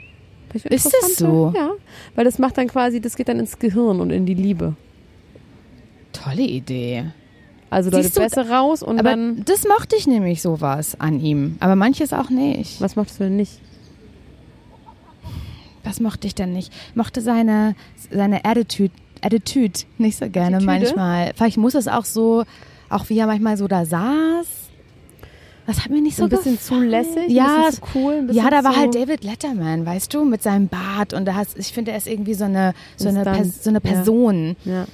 C: Find ich
B: Ist das
C: interessant,
B: so?
C: Ja, weil das macht dann quasi, das geht dann ins Gehirn und in die Liebe.
B: Tolle Idee.
C: Also Leute,
B: Siehst du,
C: Bässe raus und
B: Aber
C: dann...
B: das mochte ich nämlich sowas an ihm. Aber manches auch nicht.
C: Was machst du denn nicht?
B: Was mochte ich denn nicht? Mochte seine, seine Attitude, Attitude nicht so gerne
C: Attitüde?
B: manchmal. Vielleicht muss es auch so, auch wie er manchmal so da saß. Das hat mir nicht so
C: ein bisschen
B: gefallen.
C: zu lässig, ein
B: Ja,
C: bisschen zu cool. Ein bisschen
B: ja, da
C: zu
B: war halt David Letterman, weißt du, mit seinem Bart und da hast, ich finde, er ist irgendwie so eine, so eine, Pers
C: Instanz,
B: so eine
C: ja.
B: Person.
C: Ja.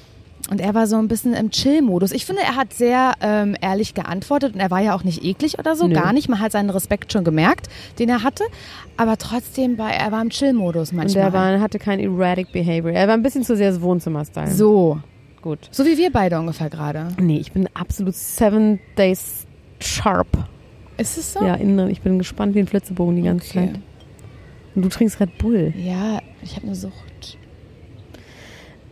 B: Und er war so ein bisschen im Chill-Modus. Ich finde, er hat sehr ähm, ehrlich geantwortet und er war ja auch nicht eklig oder so,
C: Nö.
B: gar nicht. Man hat seinen Respekt schon gemerkt, den er hatte. Aber trotzdem war er war im Chill-Modus
C: Und
B: manchmal. halt.
C: der war, hatte kein erratic behavior. Er war ein bisschen zu sehr das Wohnzimmer-Style.
B: so.
C: gut.
B: So wie wir beide ungefähr gerade.
C: Nee, ich bin absolut seven days sharp.
B: Ist es so?
C: Ja, innen. Ich bin gespannt wie ein Flitzebogen die ganze
B: Okay.
C: Zeit. Und du trinkst Red Bull.
B: Ja, ich habe eine Sucht.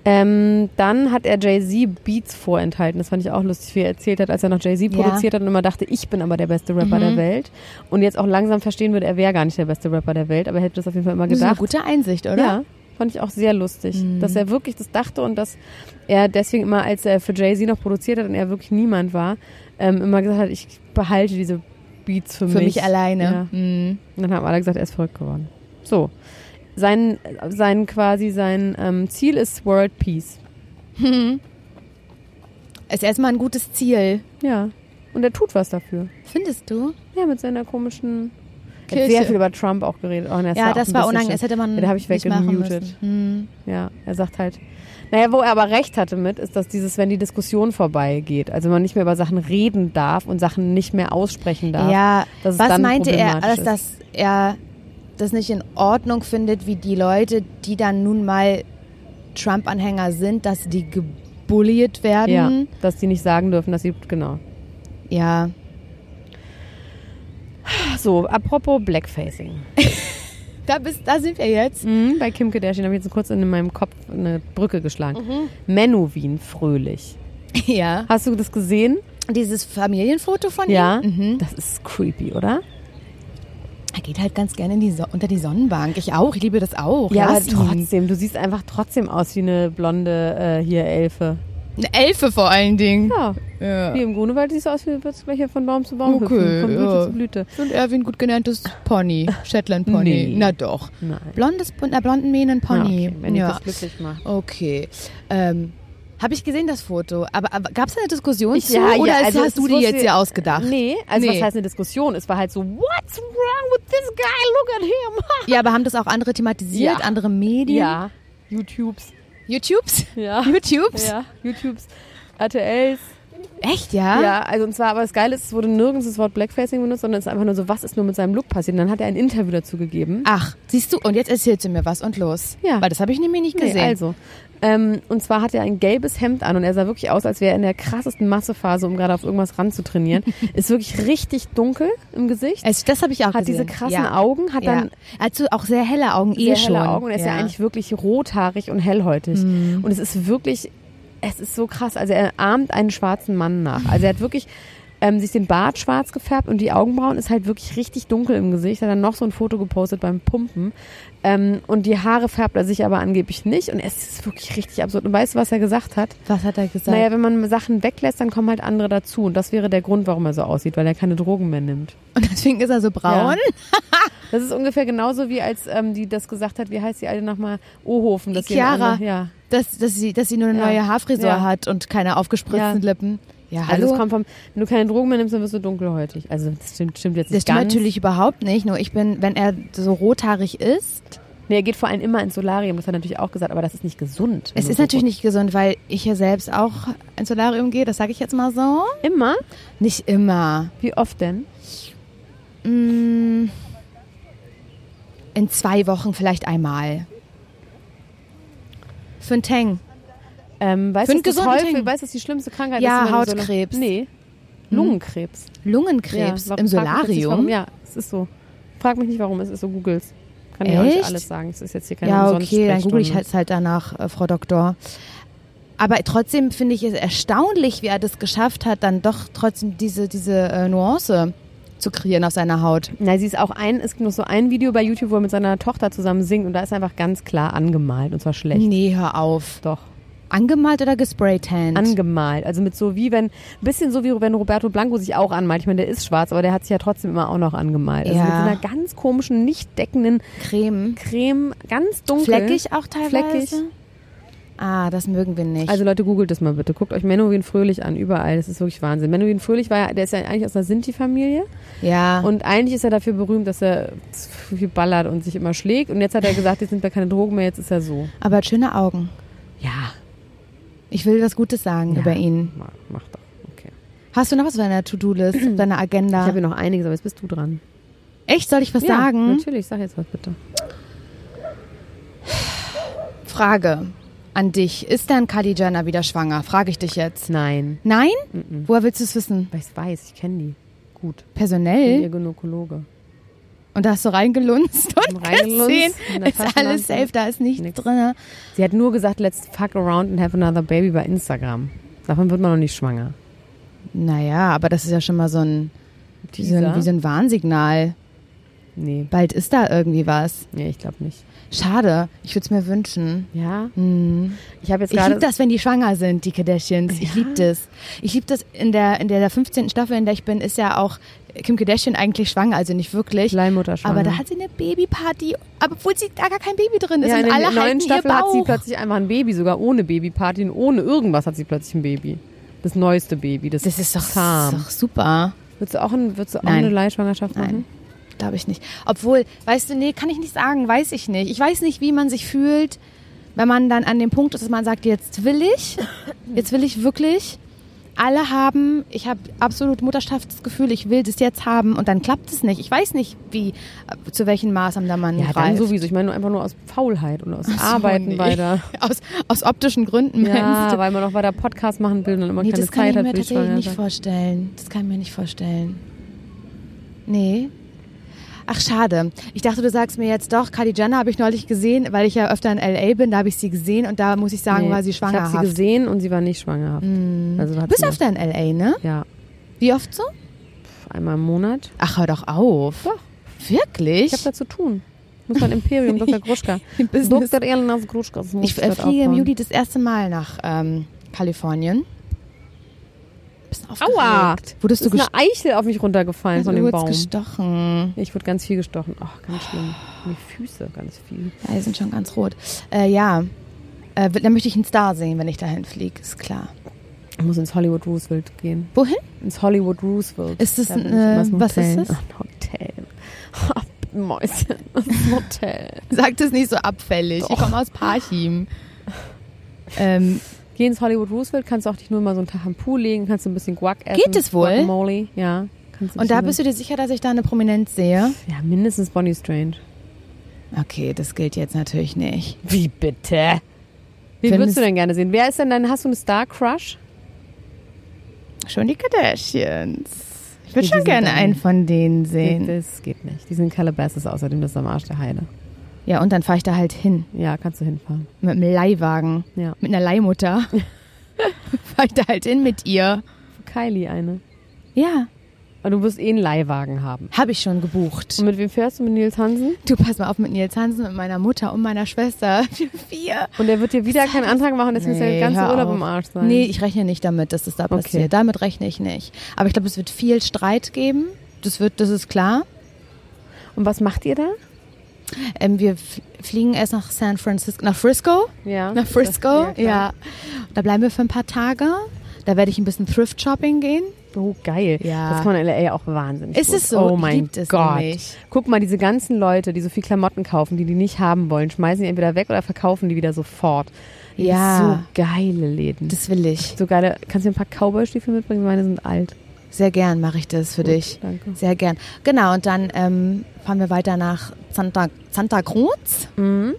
C: Ähm, dann hat er Jay-Z Beats vorenthalten. Das fand ich auch lustig, wie er erzählt hat, als er noch Jay-Z
B: Ja. Mhm.
C: produziert hat und immer dachte, ich bin aber der beste Rapper der Welt. Und jetzt auch langsam verstehen würde, er wäre gar nicht der beste Rapper der Welt, aber er hätte das auf jeden Fall immer
B: Das ist eine
C: gedacht.
B: gute Einsicht, oder? Mhm.
C: Ja, fand ich auch sehr lustig, dass er wirklich das dachte und dass er deswegen immer, als er für Jay-Z noch produziert hat und er wirklich niemand war, ähm, immer gesagt hat, ich behalte diese Beats für,
B: Für
C: mich.
B: mich, alleine.
C: Ja.
B: Mhm.
C: Und dann haben alle gesagt, er ist verrückt geworden. So. Sein, sein quasi, sein ähm, Ziel ist World Peace.
B: Ist erstmal ein gutes Ziel.
C: Ja. Und er tut was dafür.
B: Findest du?
C: Ja, mit seiner komischen. Er hat
B: Kirche.
C: sehr viel über Trump auch geredet. Oh, das
B: ja,
C: war
B: das war
C: auch ein bisschen
B: unangenehm. Das
C: schlimm.
B: hätte man
C: Ja, da hab ich
B: nicht machen
C: weggemutet.
B: müssen. Mhm.
C: Ja, er sagt halt, naja, wo er aber recht hatte mit, ist, dass dieses, wenn die Diskussion vorbeigeht, also man nicht mehr über Sachen reden darf und Sachen nicht mehr aussprechen darf.
B: Ja,
C: dass es
B: was
C: dann
B: meinte er,
C: problematisch
B: dass, dass er das nicht in Ordnung findet, wie die Leute, die dann nun mal Trump-Anhänger sind, dass die gebulliert
C: ja,
B: werden?
C: dass die nicht sagen dürfen, dass sie, genau.
B: Ja.
C: Ach So, apropos Blackfacing.
B: Da, bist, da sind wir jetzt.
C: Mhm, bei Kim Kardashian habe ich jetzt kurz in meinem Kopf eine Brücke geschlagen. Mhm. Menuhin fröhlich.
B: Ja.
C: Hast du das gesehen?
B: Dieses Familienfoto von
C: Ja.
B: ihm? Mhm.
C: Das ist creepy, oder?
B: Er geht halt ganz gerne in die so unter die Sonnenbank. Ich auch, ich liebe das auch.
C: aber
B: Lass ihn.
C: trotzdem, du siehst einfach trotzdem aus wie eine blonde äh, hier Elfe.
B: Eine Elfe vor allen Dingen.
C: Ja.
B: Ja.
C: Wie im Grunewald siehst du aus, wie würdest du gleich hier von Baum zu Baum
B: Okay,
C: hüpfen, von Blüte
B: ja.
C: zu Blüte.
B: Und er wie ein gut genanntes Pony, Shetland Pony.
C: Nee.
B: Na doch.
C: Nein. Ah,
B: Blondes, mit einer blonden Mähne ein
C: Ja,
B: Pony.
C: okay, wenn dich
B: ja.
C: das glücklich macht.
B: Okay. Ähm, Habe ich gesehen, das Foto. Aber, aber gab es eine Diskussion
C: Ich-
B: zu?
C: ja, ja,
B: oder
C: also es
B: hast du die
C: wusste-
B: jetzt ja ausgedacht?
C: Nee, also
B: Nee.
C: was heißt eine Diskussion? Es war halt so, what's wrong with this guy? Look at him.
B: Ja, aber haben das auch andere thematisiert,
C: Ja.
B: andere Medien?
C: ja, YouTubes.
B: YouTubes?
C: Ja.
B: YouTubes?
C: Ja, YouTubes, RTLs.
B: Echt, ja?
C: Ja, also und zwar, aber das Geile ist, es wurde nirgends das Wort Blackfacing benutzt, sondern es ist einfach nur so, was ist nur mit seinem Look passiert? Und dann hat er ein Interview dazu gegeben.
B: Ach, siehst du, und jetzt erzählst du mir was und los.
C: Ja.
B: Weil das habe ich nämlich nicht gesehen.
C: Nee, also. Ähm, und zwar hat er ein gelbes Hemd an und er sah wirklich aus, als wäre er in der krassesten Massephase, um gerade auf irgendwas ranzutrainieren. ist wirklich richtig dunkel im Gesicht.
B: Es- Also, das habe ich auch
C: Hat
B: gesehen.
C: diese krassen
B: ja.
C: Augen, hat
B: Ja.
C: dann
B: Also auch sehr helle Augen, eh
C: sehr
B: schon.
C: helle Augen und er ist ja.
B: ja Mhm.
C: eigentlich wirklich rothaarig und hellhäutig. Und es ist wirklich, es ist so krass. Also er ahmt einen schwarzen Mann nach. Also er hat wirklich ähm, sich den Bart schwarz gefärbt und die Augenbrauen ist halt wirklich richtig dunkel im Gesicht. Hat dann noch so ein Foto gepostet beim Pumpen. Ähm, und die Haare färbt er sich aber angeblich nicht. Und es ist wirklich richtig absurd. Und weißt du, was er gesagt hat?
B: Was hat er gesagt?
C: Naja, wenn man Sachen weglässt, dann kommen halt andere dazu. Und das wäre der Grund, warum er so aussieht, weil er keine Drogen mehr nimmt.
B: und deswegen ist er so braun?
C: Das ist ungefähr genauso wie als ähm, die das gesagt hat, wie heißt die alte nochmal? Ohofen. Dass sie eine
B: Chiara.
C: andere- Ja.
B: Dass, dass, sie, dass sie nur eine
C: Ja.
B: neue Haarfrisur
C: Ja.
B: hat und keine aufgespritzten Lippen. Ja,
C: Also
B: hallo.
C: es kommt vom, wenn du keine Drogen mehr nimmst, dann wirst du dunkelhäutig. Also das stimmt, stimmt jetzt
B: das
C: nicht
B: stimmt
C: ganz.
B: natürlich überhaupt nicht. Nur ich bin, wenn er so rothaarig ist,
C: Nee, er geht vor allem immer ins Solarium, das hat er natürlich auch gesagt, aber das ist nicht gesund.
B: es ist natürlich nicht gesund, weil ich ja selbst auch ins Solarium gehe. Das sage ich jetzt mal so.
C: nicht immer.
B: Nicht immer.
C: Wie oft denn?
B: Mm, In zwei Wochen vielleicht einmal. Für einen Tang.
C: Ähm,
B: Für
C: weißt du,
B: einen
C: was das
B: gesunden
C: häufig,
B: Ting.
C: weißt du, was die schlimmste Krankheit
B: Ja,
C: ist? wenn du so-
B: Hautkrebs. Hm?
C: Nee, Lungenkrebs.
B: Lungenkrebs
C: Ja,
B: im
C: frag mich jetzt nicht,
B: Solarium.
C: Warum. Ja, es ist so. Frag mich nicht, warum, es ist so, googles. Kann ich
B: Echt?
C: euch alles sagen. Es ist jetzt hier keine
B: Ja,
C: umsonst
B: okay, dann google ich
C: Sprechstunde.
B: halt, halt danach, äh, Frau Doktor. Aber trotzdem finde ich es erstaunlich, wie er das geschafft hat, dann doch trotzdem diese, diese äh, Nuance zu kreieren auf seiner Haut.
C: Na, sie ist auch ein, es gibt noch so ein Video bei YouTube, wo er mit seiner Tochter zusammen singt und da ist einfach ganz klar angemalt und zwar schlecht.
B: Nee, hör auf.
C: Doch,
B: Angemalt oder gespraytanned?
C: angemalt. Also mit so wie wenn, bisschen so wie wenn Roberto Blanco sich auch anmalt. Ich meine, der ist schwarz, aber der hat sich ja trotzdem immer auch noch angemalt. Also
B: Ja.
C: mit so einer ganz komischen, nicht deckenden
B: Creme.
C: Creme, ganz dunkel.
B: Fleckig auch teilweise?
C: Fleckig.
B: Ah, das mögen wir nicht.
C: Also Leute, googelt das mal bitte. Guckt euch Menowin Fröhlich an, überall. Das ist wirklich Wahnsinn. Menowin Fröhlich war ja, der ist ja eigentlich aus einer Sinti-Familie.
B: ja.
C: Und eigentlich ist er dafür berühmt, dass er zu viel ballert und sich immer schlägt. Und jetzt hat er gesagt, jetzt sind wir keine Drogen mehr, jetzt ist er so.
B: Aber er hat schöne Augen.
C: Ja,
B: Ich will was Gutes sagen über ihn.
C: Ma- Mach doch. Okay.
B: Hast du noch was auf deiner To-Do-List, auf deiner
C: Ich
B: Agenda?
C: habe hier noch einiges, aber jetzt bist du dran.
B: Echt, soll ich was
C: Ja,
B: sagen?
C: Natürlich, sag jetzt was bitte.
B: Frage an dich. Ist dann Kylie Jenner wieder schwanger? Frage ich dich jetzt.
C: Nein,
B: Nein? Woher willst du es wissen?
C: weil ich es weiß, ich kenne die. Gut. Ich bin
B: Personell?
C: ihr Gynäkologe.
B: Und da hast du reingelunzt und
C: reingelunzt,
B: gesehen,
C: in der
B: ist alles
C: Taschenlampe.
B: safe, da ist nichts
C: Nix.
B: drin.
C: Sie hat nur gesagt, let's fuck around and have another baby bei Instagram. Davon wird man noch nicht schwanger.
B: Naja, aber das ist ja schon mal so ein, wie so ein,
C: Teaser?
B: wie so ein Warnsignal.
C: Nee,
B: Bald ist da irgendwie was.
C: nee ich glaube nicht.
B: Schade, ich würde es mir wünschen.
C: Ja,
B: Hm.
C: ich habe jetzt
B: Ich liebe
C: gerade...
B: das, wenn die schwanger sind, die Kardashians. Ich liebe das. Ich liebe das in der, in der 15. Staffel, in der ich bin, ist ja auch Kim Kardashian eigentlich schwanger, also nicht wirklich.
C: Leihmutter schwanger.
B: Aber da hat sie eine Babyparty, aber obwohl sie da gar kein Baby drin ist
C: ja, in
B: und
C: der
B: alle halten
C: neuen Staffel
B: ihr
C: hat
B: Bauch.
C: sie plötzlich einfach ein Baby, sogar ohne Babyparty und ohne irgendwas hat sie plötzlich ein Baby. Das neueste Baby, das,
B: das ist doch, das
C: Sam.
B: ist doch super.
C: Würdest du auch, ein, würdest du auch
B: Nein.
C: eine Leihschwangerschaft machen?
B: Nein, glaube ich nicht. Obwohl, weißt du, nee, kann ich nicht sagen, weiß ich nicht. Ich weiß nicht, wie man sich fühlt, wenn man dann an dem Punkt ist, dass man sagt, jetzt will ich, jetzt will ich wirklich. Alle haben, ich habe absolut Mutterschaftsgefühl, ich will das jetzt haben und dann klappt es nicht. Ich weiß nicht, wie, äh, zu welchen Maßnahmen da man
C: Ja, dann
B: greift.
C: sowieso. Ich meine nur einfach nur aus Faulheit und aus
B: So,
C: Arbeiten
B: nee.
C: weiter.
B: Aus, aus optischen Gründen meinst
C: Ja,
B: du?
C: weil man noch weiter Podcast machen will und immer
B: Nee,
C: keine
B: das kann
C: Zeit
B: ich
C: hat
B: mir
C: für die
B: tatsächlich nicht
C: Schwangerschaft.
B: vorstellen. Das kann ich mir nicht vorstellen. Nee. Ach, schade. Ich dachte, du sagst mir jetzt doch, Kylie Jenner habe ich neulich gesehen, weil ich ja öfter in L.A. bin, da habe ich sie gesehen und da muss ich sagen,
C: Nee,
B: war sie
C: Ich habe
B: schwangerhaft. Hm.
C: sie gesehen und sie war nicht schwangerhaft. Also hat
B: Du bist
C: sie
B: öfter in L.A., ne?
C: noch- Ja,
B: Wie oft so?
C: pf, einmal im Monat.
B: Ach, hör doch auf. Doch. Wirklich?
C: Ich habe da zu tun. Ich muss mein Imperium, Dr. Gruschka.
B: Im Business.
C: Dr. Elena Gruschka. das muss
B: Ich äh,
C: dort
B: fliege im
C: aufbauen.
B: Juli das erste Mal nach ähm, Kalifornien. Bisschen aufgeregt.
C: Aua!
B: Wurdest du
C: ist eine Eichel auf mich runtergefallen von dem
B: wurdest
C: Baum.
B: gestochen?
C: Ich wurde ganz viel gestochen. Ach, ganz schlimm. Die Füße, ganz viel.
B: Ja, die sind schon ganz rot. Äh, ja. Äh, dann möchte ich einen Star sehen, wenn ich dahin fliege, ist klar.
C: Ich muss ins Hollywood Roosevelt gehen.
B: Wohin?
C: Ins Hollywood Roosevelt.
B: Ist das
C: Da bin
B: ein,
C: ich immer
B: äh,
C: so ein
B: was ist
C: Hotel.
B: das?
C: Ach, ein Hotel. Mäuschen, das ist ein Hotel.
B: Sagt es nicht so abfällig. Ich komme aus Parchim. ähm,
C: Geh ins Hollywood Roosevelt, kannst auch dich nur mal so einen Tag am Pool legen, kannst du ein bisschen Guac essen.
B: Geht das wohl?
C: Guacamole, ja. Kannst
B: und da bist du dir sicher, dass ich da eine Prominenz sehe?
C: Ja, mindestens Bonnie Strange.
B: Okay, das gilt jetzt natürlich nicht.
C: Wie bitte? Wie
B: Wenn
C: würdest du
B: es-
C: denn gerne sehen? Wer ist denn dein, hast du einen Star-Crush?
B: Schon die Kardashians. Ich würde
C: Die
B: schon
C: sind
B: gerne
C: dann-
B: einen von denen sehen.
C: Das geht nicht. Die sind in Calabasas, außerdem das ist am Arsch der Heide.
B: Ja, und dann fahre ich da halt hin.
C: Ja, kannst du hinfahren.
B: Mit einem Leihwagen.
C: Ja.
B: Mit einer Leihmutter. fahre ich da halt hin mit ihr.
C: Für Kylie eine.
B: Ja,
C: Aber du wirst eh einen Leihwagen haben.
B: habe ich schon gebucht.
C: Und mit wem fährst du? Mit Nils Hansen?
B: Du pass mal auf mit Nils Hansen, mit meiner Mutter und meiner Schwester. Wir vier.
C: Und er wird dir wieder keinen Antrag machen, deswegen ist
B: Nee,
C: der ganze
B: hör
C: Urlaub
B: auf.
C: im Arsch sein.
B: Nee, ich rechne nicht damit, dass das da
C: Okay.
B: passiert. Damit rechne ich nicht. Aber ich glaube, es wird viel Streit geben. Das wird, das ist klar.
C: Und was macht ihr da?
B: Ähm, wir f- fliegen erst nach San Francisco, nach Frisco.
C: Ja.
B: Nach Frisco,
C: klar.
B: ja. Da bleiben wir für ein paar Tage. Da werde ich ein bisschen Thrift Shopping gehen.
C: Oh, geil.
B: Ja.
C: Das kann man in L.A. auch wahnsinnig
B: Ist
C: gut.
B: es so?
C: Oh mein
B: Liebt es
C: Gott.
B: nämlich.
C: Guck mal, diese ganzen Leute, die so viel Klamotten kaufen, die die nicht haben wollen, schmeißen die entweder weg oder verkaufen die wieder sofort.
B: Ja.
C: So geile Läden.
B: Das will ich.
C: so geile. Kannst du mir ein paar Cowboy-Stiefel mitbringen? Meine sind alt.
B: Sehr gern mache ich das für dich.
C: Danke.
B: Sehr gern. Genau, und dann ähm, fahren wir weiter nach Santa, Santa Cruz.
C: Mhm.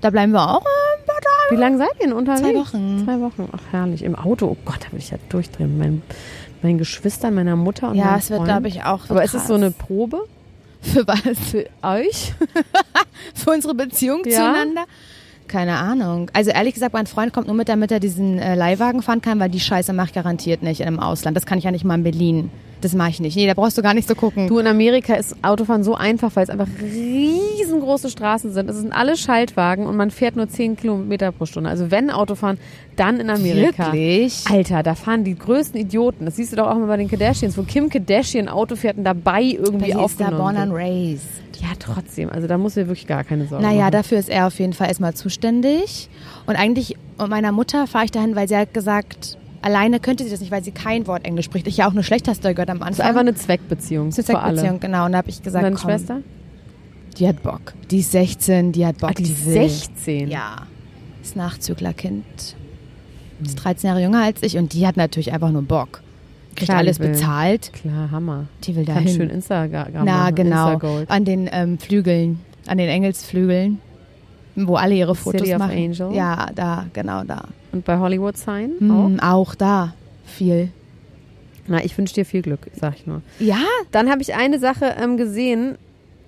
B: Da bleiben wir auch äh, ein paar Tage.
C: Wie lange seid ihr denn unterwegs?
B: Zwei Wochen.
C: Zwei Wochen. Ach, herrlich. Im Auto. Oh Gott, da würde ich ja durchdrehen. Mit meinen, meinen Geschwistern, meiner Mutter und
B: Ja,
C: meinem
B: es wird,
C: Freund.
B: glaube ich, auch.
C: Aber ist es
B: krass.
C: so eine Probe
B: Für was?
C: für euch?
B: Für unsere Beziehung
C: Ja?
B: zueinander? Keine Ahnung. Also ehrlich gesagt, mein Freund kommt nur mit, damit er diesen äh, Leihwagen fahren kann, weil die Scheiße mache ich garantiert nicht in einem Ausland. Das kann ich ja nicht mal in Berlin. Das mache ich nicht. Nee, da brauchst du gar nicht so gucken.
C: Du, in Amerika ist Autofahren so einfach, weil es einfach riesengroße Straßen sind. Es sind alle Schaltwagen und man fährt nur 10 Kilometer pro Stunde. Also wenn Autofahren, dann in Amerika.
B: Wirklich?
C: Alter, da fahren die größten Idioten. Das siehst du doch auch mal bei den Kardashians, wo Kim Kardashian Auto fährt und dabei irgendwie
B: Weil sie ist da
C: aufgenommen
B: born and
C: wird.
B: raised.
C: Ja, trotzdem. Also da muss mir wirklich gar keine Sorgen
B: Naja,
C: machen.
B: dafür ist er auf jeden Fall erstmal zuständig. Und eigentlich, und meiner Mutter fahre ich dahin, weil sie hat gesagt, alleine könnte sie das nicht, weil sie kein Wort Englisch spricht. Ich ja auch eine Schlechtester gehört am
C: Das ist einfach
B: Anfang.
C: eine Zweckbeziehung.
B: Das ist eine
C: für alle.
B: Zweckbeziehung, genau. Und da habe ich
C: Und
B: gesagt,
C: deine
B: komm,
C: Schwester?
B: die hat Bock. Die ist 16, die hat Bock.
C: Ah, die
B: will.
C: 16.
B: Ja. Ist Nachzüglerkind. Ist 13 Jahre jünger als ich und die hat natürlich einfach nur Bock. Kriegt
C: Klar, die
B: alles
C: will.
B: bezahlt.
C: Klar, Hammer.
B: Die will
C: Kann
B: dahin.
C: schön Instagram
B: Na,
C: machen.
B: genau.
C: Instagold.
B: An den ähm, Flügeln, an den Engelsflügeln, wo alle ihre Fotos
C: City of
B: machen.
C: Angel.
B: Ja, da, genau da.
C: Und bei Hollywood Sign auch.
B: Mhm, auch da viel.
C: Na, ich wünsche dir viel Glück, sag ich nur.
B: Ja,
C: Dann habe ich eine Sache ähm, gesehen.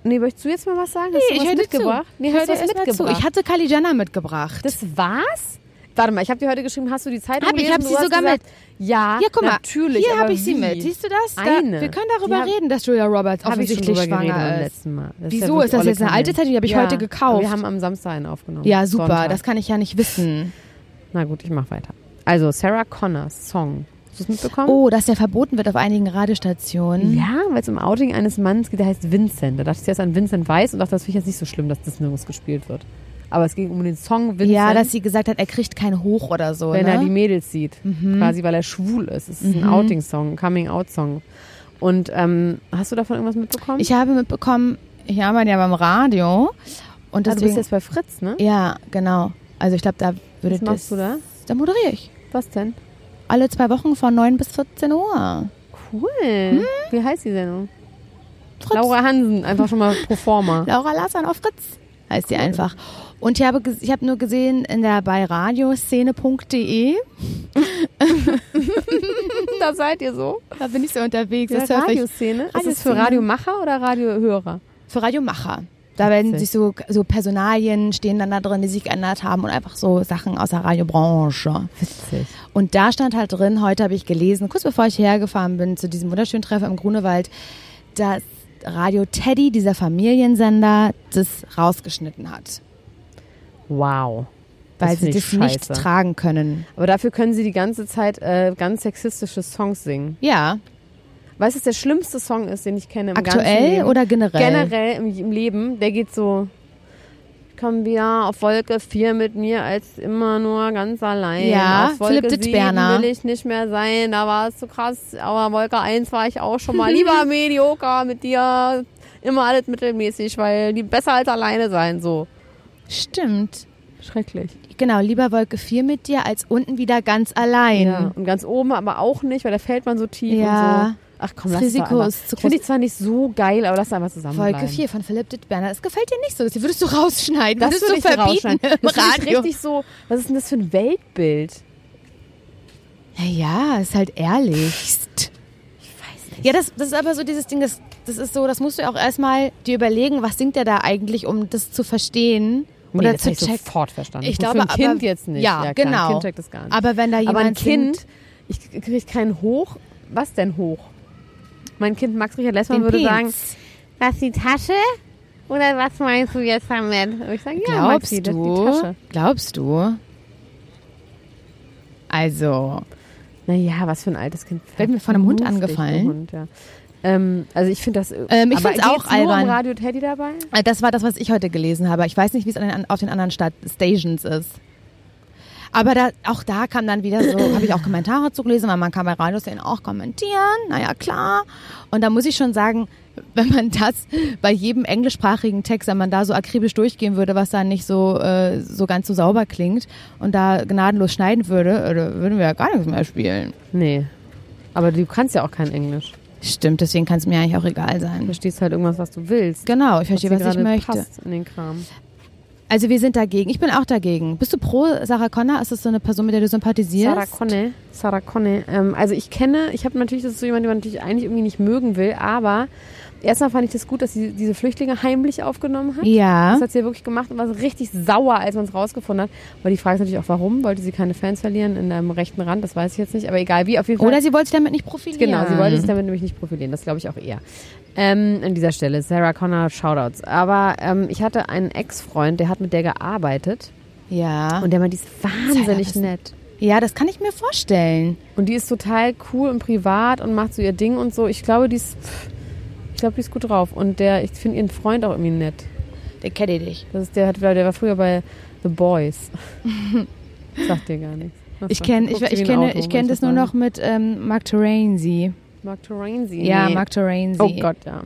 C: Nee, möchtest du jetzt mal was sagen? Hast du was
B: hör dir
C: mitgebracht?
B: Zu.
C: Nee,
B: hör
C: hast
B: dir
C: du was
B: erst mal
C: mitgebracht?
B: zu. Ich hatte Kylie Jenner mitgebracht.
C: das war's? Warte mal, ich habe dir heute geschrieben, hast du die Zeitung
B: Hab ich,
C: gelesen?
B: hab sie
C: Du hast
B: sogar
C: gesagt, Ja,
B: ja, guck mal,
C: natürlich.
B: hier
C: aber
B: habe ich sie
C: wie?
B: mit. Siehst du das? Da,
C: Eine.
B: Wir können
C: Die
B: darüber
C: hab-
B: reden, dass Julia Roberts
C: Habe ich schon
B: offensichtlich
C: drüber geredet
B: schwanger
C: beim
B: ist.
C: letzten Mal. Das
B: Wieso?
C: wirklich
B: Ist das
C: olle
B: jetzt eine alte
C: Kanäle.
B: Zeitung? Die habe ich
C: ja,
B: heute gekauft.
C: Wir haben am Samstag einen aufgenommen.
B: Ja, super.
C: Sonntag.
B: Das kann ich ja nicht wissen.
C: Na gut, ich mache weiter. Also, Sarah Connors Song. Hast du es mitbekommen?
B: Oh, dass der verboten wird auf einigen Radiostationen.
C: Ja, weil es um Outing eines Mannes geht, der heißt Vincent. Da dachte ich erst an Vincent Weiss und dachte, das finde ich jetzt nicht so schlimm, dass das nirgends gespielt wird. Aber es ging um den Song Vincent,
B: Ja, dass sie gesagt hat, er kriegt kein Hoch oder so.
C: wenn
B: ne?
C: er die Mädels sieht.
B: Mhm.
C: Quasi, weil er schwul ist. Es ist ein Outing-Song, ein Coming-out-Song. Und ähm, hast du davon irgendwas mitbekommen? Ah,
B: ich habe mitbekommen, ich arbeite ja beim Radio. Und
C: ah, du bist
B: deswegen,
C: jetzt bei Fritz, ne?
B: ja, genau. Also ich glaube, da würde
C: Was machst du
B: das,
C: da?
B: da moderiere ich.
C: Was denn?
B: Alle zwei Wochen von 9 bis 14 Uhr.
C: Cool. Hm? Wie heißt die Sendung?
B: Fritz.
C: Laura Hansen, einfach schon mal pro forma.
B: Laura Lassan auf Fritz heißt sie einfach. Und ich habe, ges- ich habe nur gesehen, in der bei radioszene.de,
C: da seid ihr so.
B: da bin ich so unterwegs.
C: Ja,
B: das surfe ich
C: Radioszene. Ist das für
B: Radioszene.
C: Radiomacher oder Radiohörer?
B: für Radiomacher. Da werden
C: Witzig.
B: sich so, so Personalien stehen dann da drin, die sich geändert haben und einfach so Sachen aus der Radiobranche.
C: Witzig.
B: Und da stand halt drin, heute habe ich gelesen, kurz bevor ich hierher gefahren bin, zu diesem wunderschönen Treffen im Grunewald, dass Radio Teddy, dieser Familiensender, das rausgeschnitten hat.
C: Wow.
B: Weil
C: Das
B: sie
C: finde
B: das
C: ich
B: nicht
C: scheiße.
B: tragen können.
C: Aber dafür können sie die ganze Zeit äh, ganz sexistische Songs singen.
B: Ja,
C: Weißt du, was der schlimmste Song ist, den ich kenne im ganzen
B: aktuell
C: Leben?
B: oder generell?
C: generell im, im Leben? Der geht so. kommen wir auf Wolke 4 mit mir als immer nur ganz allein.
B: Ja,
C: auf Wolke
B: Philipp Dittberner.
C: 7 will ich nicht mehr sein, da war es zu krass. Aber Wolke 1 war ich auch schon mal lieber medioker mit dir. Immer alles mittelmäßig, weil die besser als alleine sein, so.
B: Stimmt.
C: Schrecklich.
B: Genau, lieber Wolke 4 mit dir als unten wieder ganz allein.
C: Ja. Und ganz oben aber auch nicht, weil da fällt man so tief
B: Ja.
C: und so. Ach komm,
B: Das
C: lass
B: Risiko
C: doch einmal-
B: ist zu
C: Ich Finde
B: groß.
C: ich zwar nicht so geil, aber lass einfach zusammen
B: Wolke
C: bleiben.
B: 4 von Philipp Dittberner. Es gefällt dir nicht so. Das würdest du rausschneiden.
C: Das
B: würdest
C: würde ich
B: du
C: dir
B: verbieten
C: rausschneiden.
B: im
C: Das finde ich
B: Radio.
C: richtig so, was ist denn das für ein Weltbild?
B: Naja, ist halt ehrlich. Ja, das, das ist aber so dieses Ding, das, das ist so, das musst du ja auch erstmal dir überlegen, was singt der da eigentlich, um das zu verstehen
C: Nee,
B: oder
C: das
B: zu
C: hab ich
B: checken.
C: sofort verstanden.
B: Ich
C: Für
B: glaube,
C: ein
B: aber-
C: Kind jetzt nicht.
B: ja,
C: klar,
B: genau.
C: Ein Kind checkt das gar nicht.
B: Aber wenn da jemand
C: Aber ein Kind,
B: singt,
C: ich kriege keinen Hoch. Was denn hoch? Mein Kind Max Richard Lessmann
B: den
C: würde
B: Pins.
C: sagen, was die Tasche? Oder was meinst du jetzt damit? Und ich sage, ja,
B: glaubst
C: Maxi, das ist die
B: du?
C: Tasche.
B: Glaubst du? Also,
C: Naja, was für ein altes Kind.
B: Wird mir von einem Hund
C: Vernünftig,
B: angefallen?
C: der Hund, ja. ähm, also ich finde das...
B: Ähm, ich
C: aber
B: find's auch
C: geht's nur
B: albern.
C: Um Radio Teddy dabei?
B: äh, das war das, was ich heute gelesen habe. Ich weiß nicht, wie es an den, auf den anderen Stadt Stations ist. Aber da, auch da kam dann wieder so, habe ich auch Kommentare zugelesen, weil man kann bei Radios ja auch kommentieren, naja klar. Und da muss ich schon sagen, wenn man das bei jedem englischsprachigen Text, wenn man da so akribisch durchgehen würde, was dann nicht so, äh, so ganz so sauber klingt und da gnadenlos schneiden würde, äh, da würden wir ja gar nichts mehr spielen.
C: Nee. Aber du kannst ja auch kein Englisch.
B: Stimmt, deswegen kann es mir eigentlich auch egal
C: Du
B: sein.
C: verstehst halt irgendwas, was du willst.
B: Genau, ich verstehe,
C: dir
B: was, ich
C: gerade
B: möchte.
C: Passt in den Kram.
B: Also wir sind dagegen. Ich bin auch dagegen. Bist du pro Sarah Connor? Ist das so eine Person, mit der du sympathisierst?
C: Sarah Connell. Sarah Connell. Ähm, also ich kenne, ich habe natürlich, das ist so jemand, den man natürlich eigentlich irgendwie nicht mögen will, aber erstmal fand ich das gut, dass sie diese Flüchtlinge heimlich aufgenommen hat.
B: Ja.
C: Das hat sie ja wirklich gemacht und war so richtig sauer, als man es rausgefunden hat. Aber die Frage ist natürlich auch, warum? Wollte sie keine Fans verlieren in einem rechten Rand? Das weiß ich jetzt nicht, aber egal wie, auf jeden Fall.
B: Oder sie wollte sich damit nicht profilieren.
C: Genau, sie wollte sich damit nämlich nicht profilieren. Das glaube ich auch eher. Ähm, an dieser Stelle, Sarah Connor, Shoutouts. Aber ähm, ich hatte einen Ex-Freund, der hat mit der gearbeitet
B: Ja.
C: und der meinte, die ist wahnsinnig
B: Zeilerwissen.
C: nett.
B: ja, das kann ich mir vorstellen.
C: Und die ist total cool und privat und macht so ihr Ding und so. Ich glaube, die ist, pff, ich glaube, die ist gut drauf. Und der, ich finde ihren Freund auch irgendwie nett.
B: Der kenne dich.
C: Das ist der, hat, der war früher bei The Boys. Sagt dir gar nichts. Was
B: Ich
C: war-
B: kenne ich,
C: guckt sie
B: ich
C: wie ein
B: kenne
C: Auto,
B: ich kenne das nur noch mit ähm, Mark Terenzi.
C: Mark Terenzi.
B: Ja,
C: nee.
B: Mark Terenzi.
C: Oh Gott, ja.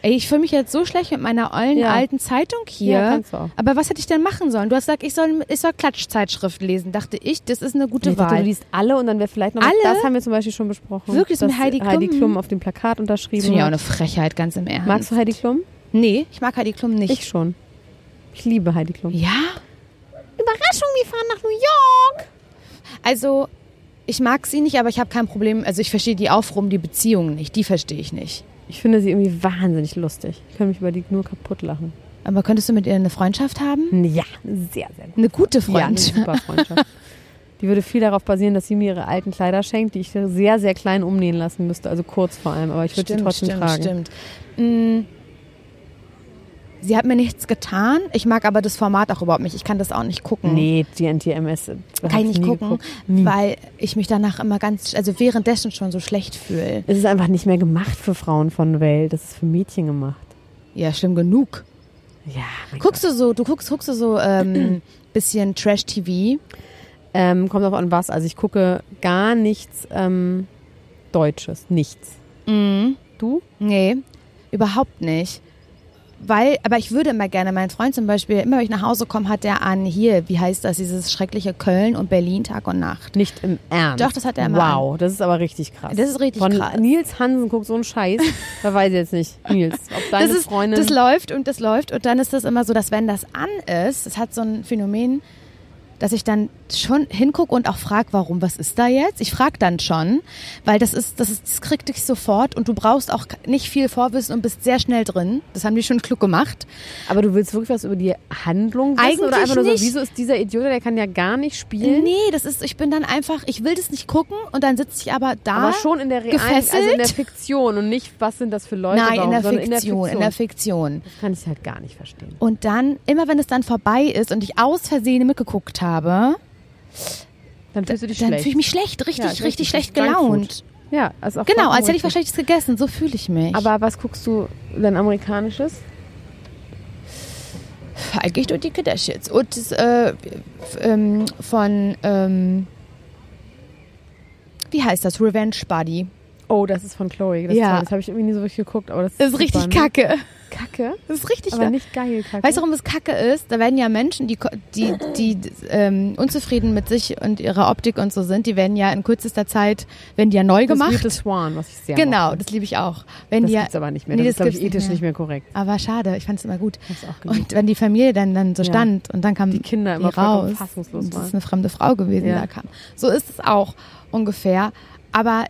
B: Ey, ich fühle mich jetzt so schlecht mit meiner ollen
C: Ja.
B: alten Zeitung hier.
C: Ja, kannst du auch.
B: Aber was hätte ich denn machen sollen? Du hast gesagt, ich soll ich soll Klatschzeitschrift lesen. Dachte ich, das ist eine gute
C: Ich dachte,
B: Wahl.
C: du liest alle und dann wäre vielleicht noch.
B: Alle?
C: Das haben wir zum Beispiel schon besprochen.
B: Wirklich, das
C: dass
B: mit Heidi Klum?
C: Klum auf dem Plakat
B: das
C: unterschrieben.
B: finde ich auch
C: hat.
B: eine Frechheit, ganz im Ernst.
C: Magst du Heidi Klum?
B: Nee, ich mag Heidi Klum nicht.
C: Ich schon. Ich liebe Heidi Klum.
B: ja?
C: Überraschung, wir fahren nach New York.
B: Also, ich mag sie nicht, aber ich habe kein Problem. Also, ich verstehe die Aufruhr, die Beziehung nicht. Die verstehe ich nicht.
C: Ich finde sie irgendwie wahnsinnig lustig. Ich kann mich über die nur kaputt lachen.
B: Aber könntest du mit ihr eine Freundschaft haben?
C: Ja, sehr, sehr gut.
B: Eine gute
C: Ja, eine
B: Freundschaft.
C: super Freundschaft. Die würde viel darauf basieren, dass sie mir ihre alten Kleider schenkt, die ich sehr, sehr klein umnähen lassen müsste. Also kurz vor allem, aber ich würde sie trotzdem
B: stimmt,
C: tragen.
B: stimmt. Mm. Sie hat mir nichts getan. Ich mag aber das Format auch überhaupt nicht. Ich kann das auch nicht gucken.
C: Nee, die NTMS.
B: Kann ich nicht gucken, weil ich mich danach immer ganz, also währenddessen schon so schlecht fühle.
C: Es ist einfach nicht mehr gemacht für Frauen von Welt. Das ist für Mädchen gemacht.
B: Ja, schlimm genug.
C: Ja, mein
B: Guckst du so, du guckst, guckst du so ähm, bisschen Trash-TV?
C: Ähm, kommt auch an was. Also ich gucke gar nichts ähm, Deutsches. Nichts.
B: Mhm.
C: Du?
B: Nee, überhaupt nicht. Weil, aber ich würde immer gerne, mein Freund zum Beispiel, immer wenn ich nach Hause komme, hat der an hier, wie heißt das, dieses schreckliche Köln und Berlin Tag und Nacht.
C: Nicht im Ernst.
B: Doch, das hat er immer
C: Wow, das ist aber richtig krass.
B: Das ist richtig
C: Von
B: krass.
C: Nils Hansen guckt so einen Scheiß. da weiß ich jetzt nicht, Nils, ob deine
B: das ist,
C: Freundin...
B: das läuft und das läuft und dann ist das immer so, dass wenn das an ist, es hat so ein Phänomen, dass ich dann schon hingucke und auch frage, warum, was ist da jetzt? Ich frage dann schon, weil das ist, das ist, das kriegt dich sofort und du brauchst auch nicht viel Vorwissen und bist sehr schnell drin. Das haben die schon klug gemacht.
C: aber du willst wirklich was über die Handlung wissen? oder
B: Eigentlich
C: einfach nur
B: nicht.
C: so, wieso ist dieser Idiot, der kann ja gar nicht spielen?
B: Nee, das ist, ich bin dann einfach, ich will das nicht gucken und dann sitze ich aber da.
C: Aber schon in der realen,
B: gefesselt?
C: also in der Fiktion und nicht, was sind das für Leute,
B: Nein, in
C: warum,
B: der,
C: sondern
B: Fiktion, in der Fiktion.
C: das kann ich halt gar nicht verstehen.
B: Und dann, immer wenn es dann vorbei ist und ich aus Versehen mitgeguckt habe,
C: Dann fühlst du dich
B: dann
C: schlecht.
B: fühle ich mich schlecht, richtig,
C: Ja,
B: richtig,
C: richtig
B: schlecht
C: Junkfood.
B: gelaunt.
C: ja, also auch
B: Genau,
C: vollkommen
B: als hätte ich was
C: richtig.
B: Schlechtes gegessen. So fühle ich mich.
C: Aber was guckst du denn amerikanisches?
B: eigentlich nur die Kardashians. Und das, äh, f- ähm, von, ähm, wie heißt das? Revenge Body.
C: Oh, das ist von Chloe. Das,
B: Ja.
C: ja. das habe ich irgendwie nie so wirklich geguckt. Aber das ist,
B: Das ist richtig
C: super, ne?
B: kacke.
C: kacke.
B: Das ist richtig
C: Aber
B: kacke.
C: nicht geil kacke.
B: Weißt du, warum es kacke ist? Da werden ja Menschen, die, ko- die, die ähm, unzufrieden mit sich und ihrer Optik und so sind, die werden ja in kürzester Zeit, werden die ja neu
C: Das
B: gemacht.
C: Little Swan, was ich sehr
B: Genau,
C: mochte.
B: das liebe ich auch. Wenn
C: Das
B: die ja,
C: gibt's aber nicht mehr.
B: Nee,
C: das,
B: das
C: ist, glaube ich,
B: gibt's nicht
C: ethisch
B: mehr.
C: nicht mehr korrekt.
B: aber schade, ich fand es immer gut.
C: Hab's auch geliebt.
B: Und wenn die Familie dann, dann so
C: Ja.
B: stand und dann kam
C: Die Kinder immer vollkommen
B: raus,
C: fassungslos
B: und das
C: waren.
B: ist eine fremde Frau gewesen, die
C: Ja.
B: da kam. So ist es auch ungefähr, aber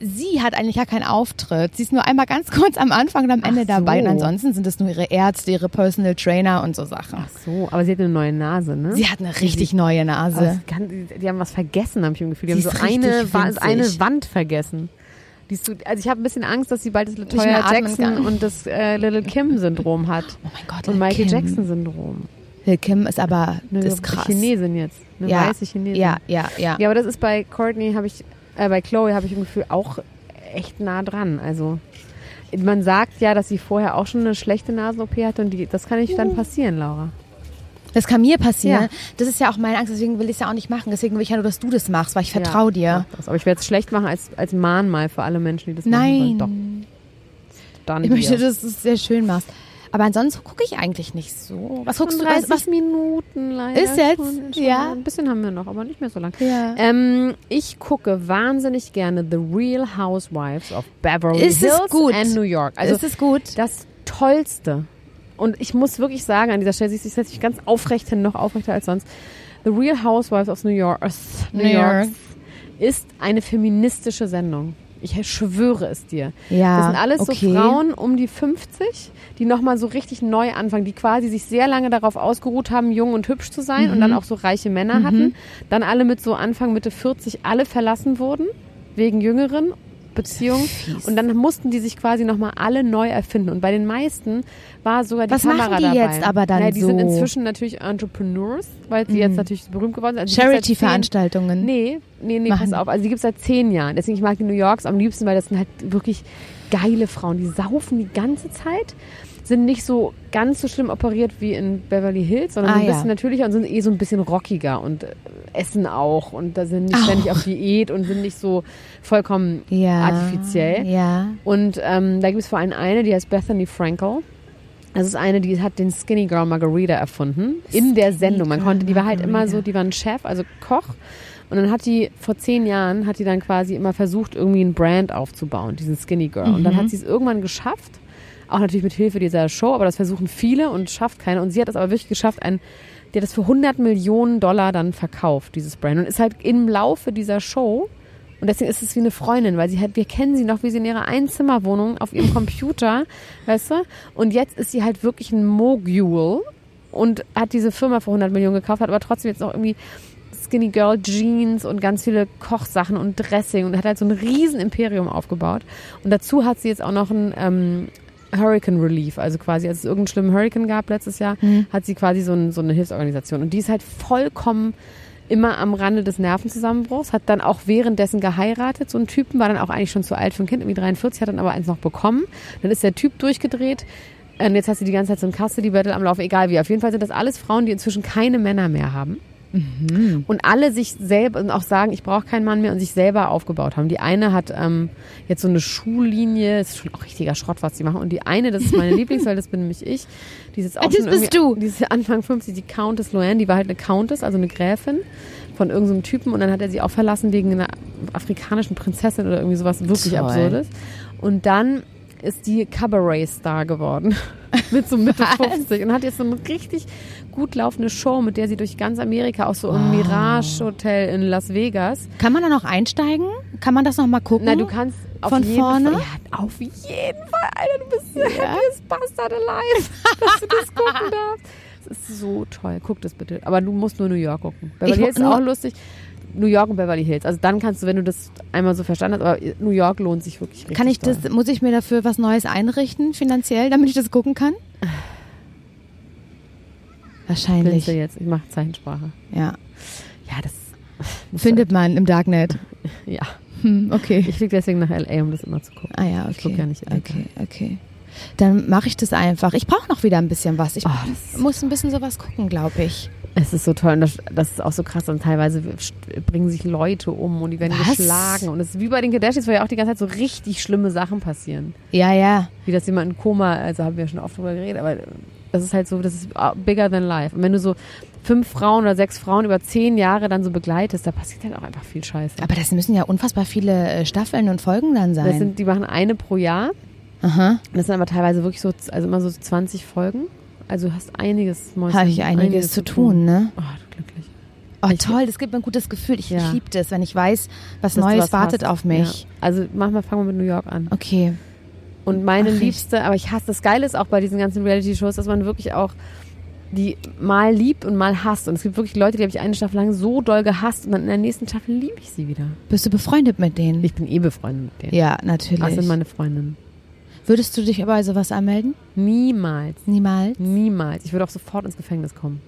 B: sie hat eigentlich ja keinen Auftritt. Sie ist nur einmal ganz kurz am Anfang und am Ende
C: so.
B: dabei und ansonsten sind es nur ihre Ärzte, ihre Personal Trainer und so Sachen.
C: Ach so, aber sie hat eine neue Nase, ne?
B: Sie hat eine richtig neue
C: Aber
B: Nase.
C: es kann, die, die haben was vergessen, habe ich im Gefühl. Die
B: Sie
C: haben
B: ist
C: so eine,
B: richtig
C: Wa-
B: winzig.
C: eine Wand vergessen. Die ist so, also ich habe ein bisschen Angst, dass sie bald das
B: mehr
C: Latoya
B: atmen
C: Jackson
B: kann.
C: und das äh, Little Kim-Syndrom hat.
B: Oh mein Gott,
C: Und
B: Lil
C: Michael
B: Kim.
C: Jackson-Syndrom.
B: Lil Kim ist aber
C: Eine
B: ist krass.
C: Chinesin jetzt. Eine
B: Ja.
C: weiße Chinesin.
B: Ja, ja, ja.
C: Ja, aber das ist bei Courtney, habe ich, äh, bei Chloe habe ich im Gefühl auch echt nah dran. Also man sagt ja, dass sie vorher auch schon eine schlechte Nasen-OP hatte und die, das kann nicht dann passieren, Laura.
B: Das kann mir passieren.
C: Ja.
B: Das ist ja auch meine Angst, deswegen will ich es ja auch nicht machen. Deswegen will ich ja nur, dass du das machst, weil ich vertraue dir.
C: mach das. Aber ich werde es schlecht machen als, als Mahnmal für alle Menschen, die das
B: Nein.
C: machen wollen. Doch, dann
B: Ich möchte,
C: hier.
B: dass du es sehr schön machst. Aber ansonsten gucke ich eigentlich nicht so. Was guckst du? Was,
C: 30
B: was,
C: Minuten leider.
B: Ist jetzt?
C: Schon, schon
B: Ja.
C: Ein bisschen haben wir noch, aber nicht mehr so lang.
B: Ja.
C: Ähm, ich gucke wahnsinnig gerne The Real Housewives of Beverly
B: Ist es
C: Hills
B: gut?
C: and New York. Also
B: ist es gut?
C: das Tollste. Und ich muss wirklich sagen, an dieser Stelle, sie setzt sich ganz aufrecht hin, noch aufrechter als sonst. The Real Housewives of New York, New
B: New
C: York
B: York.
C: ist eine feministische Sendung. Ich schwöre es dir.
B: Ja,
C: das sind alles
B: okay.
C: so Frauen um die 50, die nochmal so richtig neu anfangen, die quasi sich sehr lange darauf ausgeruht haben, jung und hübsch zu sein
B: Mhm.
C: und dann auch so reiche Männer hatten. Dann alle mit so Anfang, Mitte 40 alle verlassen wurden, wegen jüngeren Beziehungen. Und dann mussten die sich quasi nochmal alle neu erfinden. Und bei den meisten war sogar die
B: Was machen
C: Kamera
B: die
C: dabei.
B: jetzt aber dann
C: naja, die
B: so? Mhm.
C: sind inzwischen natürlich Entrepreneurs, weil sie jetzt natürlich so berühmt geworden sind. Also die gibt's seit zehn-
B: Charity-Veranstaltungen.
C: Nee, nee, nee,
B: Machen
C: pass
B: die.
C: auf. Also die gibt es seit zehn Jahren. Deswegen, ich mag die New Yorks am liebsten, weil das sind halt wirklich geile Frauen. Die saufen die ganze Zeit, sind nicht so ganz so schlimm operiert wie in Beverly Hills, sondern
B: Ah,
C: so ein
B: ja.
C: bisschen natürlicher und sind eh so ein bisschen rockiger und äh, essen auch und da sind nicht
B: Auch.
C: ständig auf Diät und sind nicht so vollkommen
B: Ja.
C: artifiziell.
B: Ja.
C: Und ähm, da gibt es vor allem eine, die heißt Bethany Frankel. Das ist eine, die hat den Skinny Girl Margarita erfunden in der Sendung. Man
B: Girl
C: konnte, die war halt immer
B: Margarita.
C: so, die war ein Chef, also Koch. Und dann hat die vor zehn Jahren hat die dann quasi immer versucht, irgendwie einen Brand aufzubauen, diesen Skinny Girl. Und dann
B: Mhm.
C: hat sie es irgendwann geschafft, auch natürlich mit Hilfe dieser Show, aber das versuchen viele und schafft keiner. Und sie hat es aber wirklich geschafft, ein, die hat das für 100 Millionen Dollar dann verkauft, dieses Brand. Und ist halt im Laufe dieser Show und deswegen ist es wie eine Freundin, weil sie halt, wir kennen sie noch, wie sie in ihrer Einzimmerwohnung auf ihrem Computer, weißt du? Und jetzt ist sie halt wirklich ein Mogul und hat diese Firma für 100 Millionen gekauft, hat aber trotzdem jetzt noch irgendwie Skinny Girl Jeans und ganz viele Kochsachen und Dressing und hat halt so ein riesen Imperium aufgebaut. Und dazu hat sie jetzt auch noch ein ähm, Hurricane Relief, also quasi, als es irgendeinen schlimmen Hurricane gab letztes Jahr, hat sie quasi so, ein, so eine Hilfsorganisation. Und die ist halt vollkommen immer am Rande des Nervenzusammenbruchs, hat dann auch währenddessen geheiratet, so ein Typen, war dann auch eigentlich schon zu alt für ein Kind, irgendwie 43, hat dann aber eins noch bekommen. Dann ist der Typ durchgedreht. Und jetzt hast du die ganze Zeit so ein Custody-Battle am Laufen, egal wie. Auf jeden Fall sind das alles Frauen, die inzwischen keine Männer mehr haben.
B: Hm.
C: Und alle sich selber und auch sagen, ich brauche keinen Mann mehr und sich selber aufgebaut haben. Die eine hat ähm, jetzt so eine Schuhlinie, ist schon auch richtiger Schrott, was die machen. Und die eine, das ist meine Lieblings, weil das bin nämlich ich, die ist jetzt auch
B: Ah, das
C: schon irgendwie-
B: bist du.
C: Die ist Anfang 50, die Countess Loan, die war halt eine Countess, also eine Gräfin von irgendeinem Typen und dann hat er sie auch verlassen wegen einer afrikanischen Prinzessin oder irgendwie sowas wirklich
B: Toll.
C: Absurdes. Und dann ist die Cabaret-Star geworden. mit so Mitte 50 und hat jetzt so eine richtig gut laufende Show, mit der sie durch ganz Amerika, auch so im Mirage-Hotel in Las Vegas.
B: Kann man da noch einsteigen? Kann man das noch mal gucken?
C: Na, du kannst auf
B: Hm? Von
C: jeden
B: vorne?
C: Fall. Ja, auf jeden Fall, Alter, du bist der happiest Bastard alive, dass du das gucken darfst. Es ist so toll. Guck das bitte. Aber du musst nur New York gucken. Beverly
B: mu-
C: Hills ist
B: nur-
C: auch lustig. New York und Beverly Hills. Also dann kannst du, wenn du das einmal so verstanden hast, aber New York lohnt sich wirklich richtig.
B: kann ich
C: doll.
B: das, muss ich mir dafür was Neues einrichten, finanziell, damit ich das gucken kann?
C: Willst
B: Wahrscheinlich.
C: du jetzt? Ich mache Zeichensprache.
B: Ja.
C: Ja, das.
B: Findet man im Darknet.
C: Ja.
B: Hm, okay.
C: Ich fliege deswegen nach L.A., um das immer zu gucken.
B: Ah ja, okay.
C: Ich guck ja nicht illegal.
B: Okay, okay. dann mache ich das einfach. Ich brauche noch wieder ein bisschen was. Ich
C: Oh, das,
B: muss ein bisschen sowas gucken, glaube ich.
C: es ist so toll und das, das ist auch so krass und teilweise st- bringen sich Leute um und die werden
B: Was?
C: geschlagen und es ist wie bei den Kardashians, wo ja auch die ganze Zeit so richtig schlimme Sachen passieren.
B: Ja, ja.
C: wie das jemand in Koma, also haben wir ja schon oft drüber geredet, aber das ist halt so, das ist bigger than life. Und wenn du so fünf Frauen oder sechs Frauen über zehn Jahre dann so begleitest, da passiert halt auch einfach viel Scheiße.
B: Aber das müssen ja unfassbar viele äh, Staffeln und Folgen dann sein.
C: Das sind, die machen eine pro Jahr.
B: Aha.
C: Und das sind aber teilweise wirklich so, also immer so 20 Folgen. Also du hast einiges, Mäuschen,
B: Habe ich einiges, zu tun, ne?
C: Oh, du glücklich.
B: Oh, toll, das gibt mir ein gutes Gefühl. Ich,
C: Ja.
B: ich liebe das, wenn ich weiß, was
C: Dass du
B: Neues
C: was
B: wartet
C: hast.
B: auf mich.
C: Ja. Also mach mal, fangen wir mit New York an.
B: Okay.
C: Und meine
B: Ach, echt?
C: Liebste, aber ich hasse, das Geile ist auch bei diesen ganzen Reality-Shows, dass man wirklich auch die mal liebt und mal hasst. Und es gibt wirklich Leute, die habe ich eine Staffel lang so doll gehasst und dann in der nächsten Staffel liebe ich sie wieder.
B: Bist du befreundet mit denen?
C: Ich bin eh befreundet mit denen.
B: ja, natürlich.
C: Das sind meine Freundinnen.
B: Würdest du dich bei sowas anmelden?
C: Niemals,
B: Niemals.
C: niemals. Ich würde auch sofort ins Gefängnis kommen.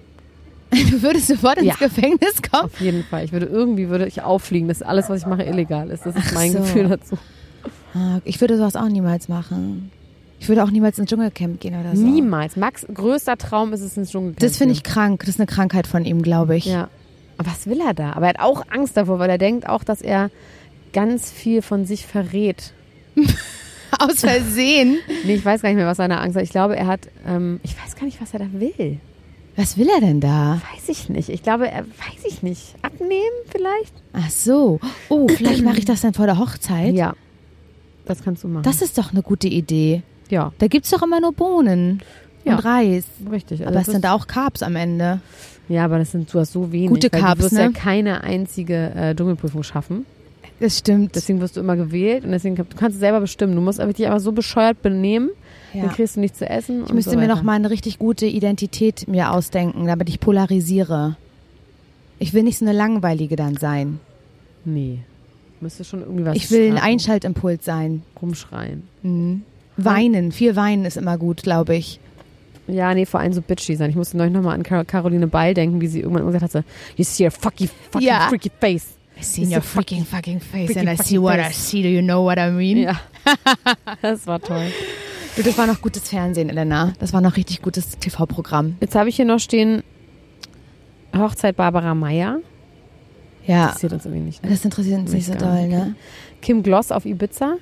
B: Du würdest sofort ins
C: Ja.
B: Gefängnis kommen?
C: Auf jeden Fall. Ich würde irgendwie würde ich auffliegen, dass alles, was ich mache, illegal ist. Das ist mein
B: so.
C: Gefühl dazu.
B: Ah, Ich würde sowas auch niemals machen. Ich würde auch niemals ins Dschungelcamp gehen oder so.
C: Niemals. Max größter Traum ist es ins Dschungel.
B: Also. Das finde ich krank. Das ist eine Krankheit von ihm, glaube ich.
C: Ja. Aber was will er da? Aber er hat auch Angst davor, weil er denkt auch, dass er ganz viel von sich verrät.
B: Aus Versehen.
C: Nee, ich weiß gar nicht mehr, was seine Angst hat. Ich glaube, er hat, ähm, ich weiß gar nicht, was er da will.
B: Was will er denn da?
C: Weiß ich nicht. Ich glaube, er, weiß ich nicht. Abnehmen vielleicht?
B: Ach so. Oh, vielleicht mache ich das dann vor der Hochzeit.
C: Ja. Das kannst du machen.
B: Das ist doch eine gute Idee.
C: ja,
B: Da gibt es doch immer nur Bohnen
C: Ja.
B: und Reis.
C: richtig. Also
B: Aber es
C: das
B: sind
C: ist-
B: auch Carbs am Ende.
C: Ja, aber das sind, du hast so wenig.
B: Gute
C: weil
B: Carbs,
C: Du wirst
B: ne?
C: ja keine einzige äh, Dschungelprüfung schaffen.
B: Das stimmt.
C: Deswegen wirst du immer gewählt und deswegen du kannst es selber bestimmen. Du musst aber dich einfach so bescheuert benehmen,
B: ja.
C: dann kriegst du nichts zu essen.
B: Ich müsste
C: und so
B: mir
C: weiter.
B: noch mal eine richtig gute Identität mir ausdenken, damit ich polarisiere. Ich will nicht so eine langweilige dann sein.
C: Nee. Müsste schon irgendwie was
B: ich will ein
C: starten.
B: Einschaltimpuls sein.
C: rumschreien.
B: Mhm. Weinen, viel weinen ist immer gut, glaube ich.
C: Ja, nee, vor allem so bitchy sein. Ich musste neulich nochmal an Kar Caroline Ball denken, wie sie irgendwann immer gesagt hatte, you see your fucking, fucking
B: Ja.
C: freaky face.
B: I see
C: your fucking,
B: fucking face
C: and I see what I
B: see. Do you know what I mean? Ja.
C: Ja. das war toll.
B: Du, das war noch gutes Fernsehen, Elena. Das war noch richtig gutes TV-Programm.
C: Jetzt habe ich hier noch stehen, Hochzeit Barbara Meyer.
B: Ja.
C: Interessiert uns irgendwie nicht. Ne?
B: Ah. Das interessiert uns nicht so
C: Mich gar
B: doll,
C: nicht.
B: ne?
C: Kim Gloss auf Ibiza.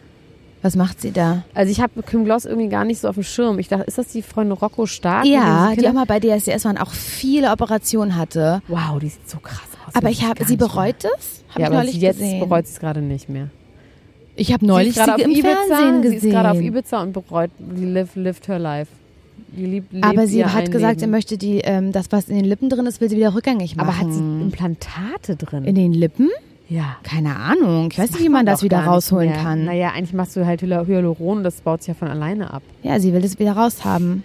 B: Was macht sie da?
C: Also ich habe Kim Gloss irgendwie gar nicht so auf dem Schirm. Ich dachte, ist das die Freundin Rocco Stark?
B: Ja,
C: Und
B: die auch
C: diese
B: mal bei DSDS waren, auch viele Operationen hatte.
C: Kinder- Wow, die sieht so krass aus.
B: Aber
C: Das
B: ich
C: ist
B: habe
C: gar
B: sie
C: nicht mehr.
B: bereut es? Habe
C: Ja,
B: ich
C: aber
B: neulich
C: jetzt
B: gesehen.
C: bereut sie es gerade nicht mehr.
B: Ich habe neulich
C: sie ist gerade
B: sie
C: auf
B: im
C: Ibiza,
B: Fernsehen
C: Sie ist gerade auf
B: gesehen.
C: Ibiza und bereut, die live, lived her life. Die lieb, lebt
B: Aber sie
C: ihr
B: hat
C: ein
B: gesagt, sie
C: Leben.
B: möchte die, ähm, das, was in den Lippen drin ist, will sie wieder rückgängig machen.
C: Aber hat sie Implantate drin?
B: in den Lippen?
C: ja.
B: Keine Ahnung. Ich weiß nicht, wie
C: Macht
B: man das
C: doch
B: wieder
C: gar nicht
B: rausholen
C: mehr.
B: kann.
C: Naja, eigentlich machst du halt Hyla- Hyaluron, das baut sich ja von alleine ab.
B: Ja, sie will das wieder raushaben.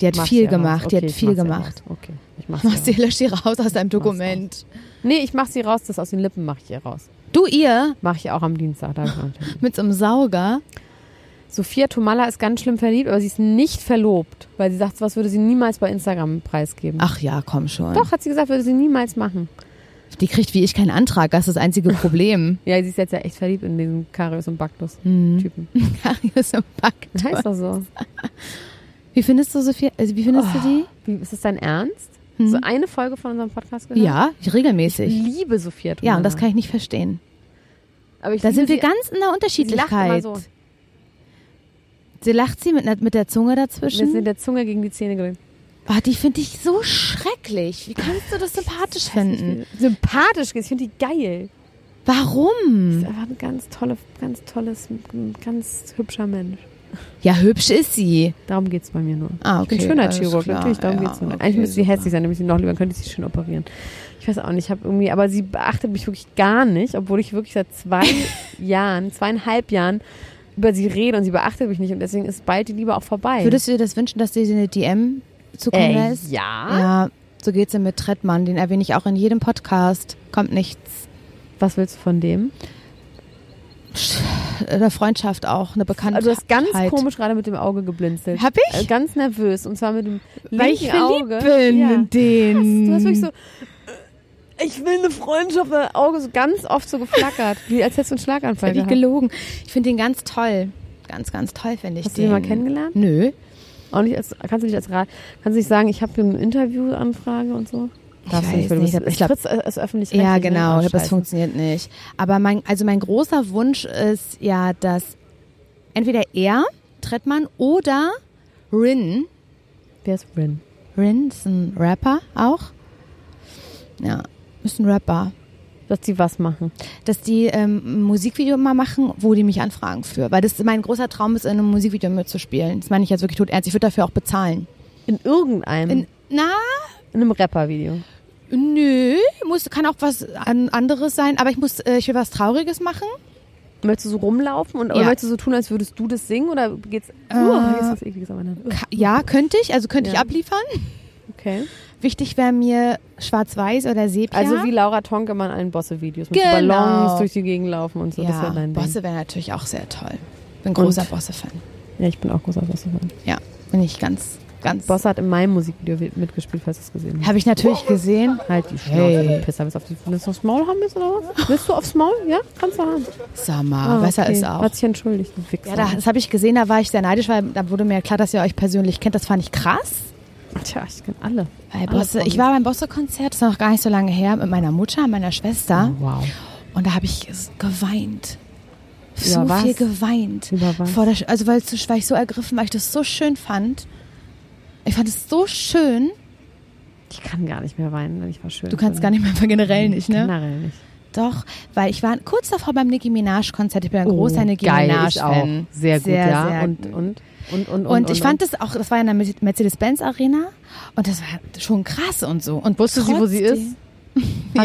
B: Die hat
C: Mach's
B: viel
C: ja raus.
B: gemacht.
C: Okay,
B: die hat
C: ich
B: viel
C: mach's ja
B: gemacht.
C: raus. Okay, ich mach's,
B: Mach
C: ja
B: sie löscht sie raus aus deinem
C: raus.
B: Dokument.
C: raus. Nee, ich mach sie raus, das aus den Lippen mach ich ihr raus.
B: Du ihr
C: Mach ich auch am Dienstag. Da hab ich noch einen Termin.
B: mit so einem Sauger.
C: Sophia Tomalla ist ganz schlimm verliebt, aber sie ist nicht verlobt, weil sie sagt, was würde sie niemals bei Instagram preisgeben.
B: Ach ja, komm schon.
C: Doch, hat sie gesagt, würde sie niemals machen.
B: Die kriegt wie ich keinen Antrag. Das ist das einzige Problem.
C: Ja, sie ist jetzt ja echt verliebt in diesen Karius und Baktus
B: Mhm.
C: Typen.
B: Karius im Back.
C: Das heißt doch so.
B: Wie findest du Sophia? Also wie findest
C: Oh,
B: du die?
C: Wie, ist das dein Ernst? So eine Folge von unserem Podcast gehört?
B: Mhm. Ja,
C: Ich
B: regelmäßig.
C: liebe Sophia Tomalla.
B: Ja, und das kann ich nicht verstehen.
C: Aber ich
B: Da
C: liebe
B: sind wir
C: sie-
B: ganz in der
C: sie lacht immer
B: Unterschiedlichkeit.
C: so.
B: Sie lacht sie mit, ner- mit der Zunge
C: Wir sind
B: dazwischen.
C: mit der Zunge gegen die Zähne gerückt.
B: Oh, die finde ich so schrecklich. Wie kannst du das sympathisch finden?
C: Sympathisch, ich finde die geil.
B: Warum?
C: Ist einfach ein ganz tolle, ganz tolles, ganz hübscher Mensch.
B: Ja, hübsch ist sie.
C: Darum geht's bei mir nur.
B: Ah,
C: Ich bin
B: okay, alles
C: Schönheitschirurg,
B: klar,
C: natürlich, darum
B: ja,
C: geht's nur.
B: okay,
C: Eigentlich müsste sie
B: super.
C: hässlich sein, nämlich sie noch lieber könnte ich sie schön operieren. Ich weiß auch nicht, ich habe irgendwie, aber sie beachtet mich wirklich gar nicht, obwohl ich wirklich seit zwei Jahren, zweieinhalb Jahren über sie rede und sie beachtet mich nicht und deswegen ist bald die Liebe auch vorbei.
B: Würdest du dir das wünschen, dass sie dir eine DM zukommen
C: äh,
B: lässt?
C: ja.
B: Ja, so geht's ja mit Trettmann. Den erwähne ich auch in jedem Podcast. Kommt nichts.
C: Was willst du von dem?
B: Eine Freundschaft auch, eine Bekanntheit.
C: Also du hast ganz komisch gerade mit dem Auge geblinzelt.
B: Halt. Hab ich?
C: Äh, Ganz nervös und zwar mit dem
B: Weil
C: linken
B: ich verliebt
C: Auge.
B: bin
C: Ja.
B: in den.
C: Du hast wirklich so, äh, ich will eine Freundschaft, dein Auge so ganz oft so geflackert, wie als hättest du einen Schlaganfall
B: Wie
C: gehabt.
B: gelogen. Ich finde den ganz toll. Ganz, ganz toll finde ich
C: Hast du
B: den.
C: den mal kennengelernt?
B: Nö.
C: Auch nicht als, kannst du nicht als Rat, kannst du nicht sagen, ich habe hier eine Interviewanfrage und so?
B: weiß
C: weil du
B: nicht,
C: bist-
B: ich glaub-
C: Fritz ist, ist öffentlich
B: Ja,
C: rechtlich, ne?
B: genau, ich
C: Ah,
B: glaub, das
C: scheiße.
B: funktioniert nicht. Aber mein, also mein großer Wunsch ist ja, dass entweder er, Trettmann, oder Rin,
C: Wer ist Rin?
B: Rin ist ein Rapper auch. Ja, ist ein Rapper.
C: Dass die was machen.
B: Dass die ähm, ein Musikvideo mal machen, wo die mich anfragen für. Weil das mein großer Traum ist, in einem Musikvideo mitzuspielen. Das meine ich jetzt wirklich tot ernst. Ich würde dafür auch bezahlen.
C: In irgendeinem,
B: In,
C: in,
B: na,
C: einem Rapper-Video.
B: nö, muss, kann auch was an anderes sein. Aber ich muss, äh, ich will was Trauriges machen.
C: Möchtest du so rumlaufen und oder
B: Ja. Ah.
C: möchtest du so tun, als würdest du das singen oder geht's. Uh, hier ist was ekliges am Ende.
B: Ka ja, könnte ich. Also könnte ich
C: Ja.
B: abliefern.
C: Okay.
B: Wichtig wäre mir schwarz-weiß oder Sepia.
C: Also wie Laura Tonk immer in allen Bosse-Videos mit so
B: Genau.
C: Ballons durch die Gegend laufen und so. Das
B: ja,
C: wäre dein Ding.
B: Bosse wäre natürlich auch sehr toll. Bin großer Bosse-Fan.
C: Ja, ich bin auch großer Bosse-Fan.
B: Ja, bin ich ganz, ganz.
C: Bosse hat in meinem Musikvideo mitgespielt, falls du es gesehen hast.
B: Habe ich natürlich gesehen.
C: Halt die Schnauze,
B: Hey.
C: du Pisser. Willst du, auf die, willst du aufs Maul haben jetzt oder was? Willst du aufs Maul? Ja, kannst du haben.
B: Sag mal,
C: Ah,
B: besser
C: okay.
B: ist auch.
C: Hat sich entschuldigt, du Wichser.
B: Ja, da, das habe ich gesehen, da war ich sehr neidisch, weil da wurde mir klar, dass ihr euch persönlich kennt. Das fand ich krass.
C: Tja, ich kenne alle.
B: Weil
C: Alle
B: Bosse,
C: Promis.
B: ich war beim Bosse-Konzert, das war noch gar nicht so lange her, mit meiner Mutter, meiner Schwester.
C: Wow.
B: Und da habe ich es geweint. So
C: Über was?
B: viel geweint.
C: Über was?
B: Vor der, Sch- also weil, es- weil ich so ergriffen, weil ich das so schön fand. Ich fand es so schön.
C: Ich kann gar nicht mehr weinen, weil ich war schön.
B: Du kannst gar nicht mehr generell nicht, ne?
C: Generell nicht.
B: Doch, weil ich war kurz davor beim Nicki Minaj-Konzert. Ich bin ein Oh, großer Nicki
C: Oh, geil, ich auch.
B: Minaj-Fan.
C: Sehr gut, ja.
B: sehr
C: und,
B: gut.
C: und, und, und, und,
B: Und ich fand das auch, das war ja in der Merce- Mercedes-Benz-Arena und das war schon krass und so. Und
C: Wusste sie, wo sie
B: trotzdem-
C: ist? Hat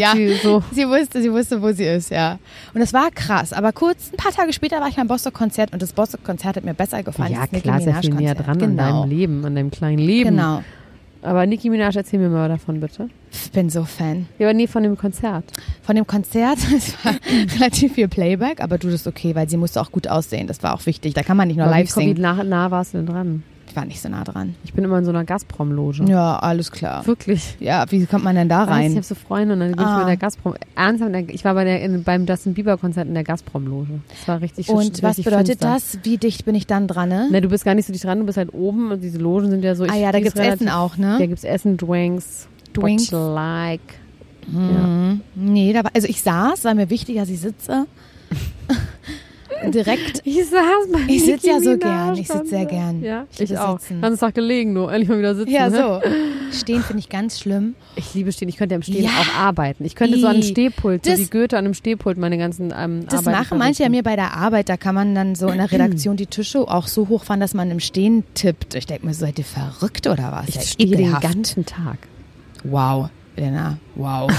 B: ja,
C: sie so-
B: sie wusste, sie wusste, wo sie ist, ja. Und das war krass, aber kurz, ein paar Tage später war ich beim Bostock-Konzert und das Bostock-Konzert hat mir besser gefallen.
C: Ja,
B: als das
C: klar,
B: Nicki
C: sehr viel näher
B: Minaj-Konzert.
C: dran
B: genau.
C: an deinem Leben, an deinem kleinen Leben.
B: Genau,
C: Aber Nicki Minaj, erzähl mir mal davon, bitte.
B: ich bin so Fan.
C: Ja, aber nee, von dem Konzert.
B: Von dem Konzert, es war relativ viel Playback, aber du, das ist okay, weil sie musste auch gut aussehen, das war auch wichtig. Da kann man nicht nur
C: Aber wie
B: live
C: komm-
B: singen.
C: Wie nah, nah warst du denn dran?
B: Ich war nicht so nah dran.
C: Ich bin immer in so einer Gazprom-Loge.
B: Ja, alles klar.
C: Wirklich.
B: Ja, wie kommt man denn da
C: Weiß, ich
B: rein?
C: habe so Freunde und dann gehe ich
B: Ah.
C: mal in der Gazprom. Ernsthaft, in der- ich war bei der, in, beim Justin Bieber-Konzert in der Gazprom-Loge. Das war richtig
B: Und was
C: richtig
B: bedeutet
C: finster.
B: das? Wie dicht bin ich dann dran, ne?
C: Na, du bist gar nicht so dicht dran, du bist halt oben und diese Logen sind ja so. Ich,
B: ah ja, da
C: die ist
B: gibt's Essen
C: relativ-
B: auch, ne?
C: Da gibt's Essen, Drinks,
B: Drinks.
C: what you like.
B: Mhm. Nee, da war, also ich saß, war mir wichtig, dass ich sitze. Direkt.
C: Ich saß bei
B: Ich sitz
C: Nicki
B: ja so
C: Minaj
B: gern, ich sitz
C: dann.
B: sehr gern.
C: Ja, ich,
B: Ich liebe
C: auch.
B: sitzen.
C: Dann ist es doch gelegen, nur endlich mal wieder sitzen.
B: Ja,
C: ne?
B: so. Stehen finde ich ganz schlimm.
C: Ich liebe Stehen. Ich könnte ja im Stehen
B: Ja.
C: auch arbeiten. Ich könnte so an einem
B: Ih,
C: Stehpult,
B: das-
C: so wie Goethe an einem Stehpult meine ganzen ähm,
B: Das
C: Arbeiten
B: machen manche ja
C: verrichten.
B: mir bei der Arbeit. Da kann man dann so in der Redaktion die Tische auch so hoch fahren, dass man im Stehen tippt. Ich denke mir, so seid ihr verrückt oder was?
C: Ich
B: Seid
C: stehe den
B: ekelhaft.
C: ganzen Tag.
B: Wow, Elena, wow.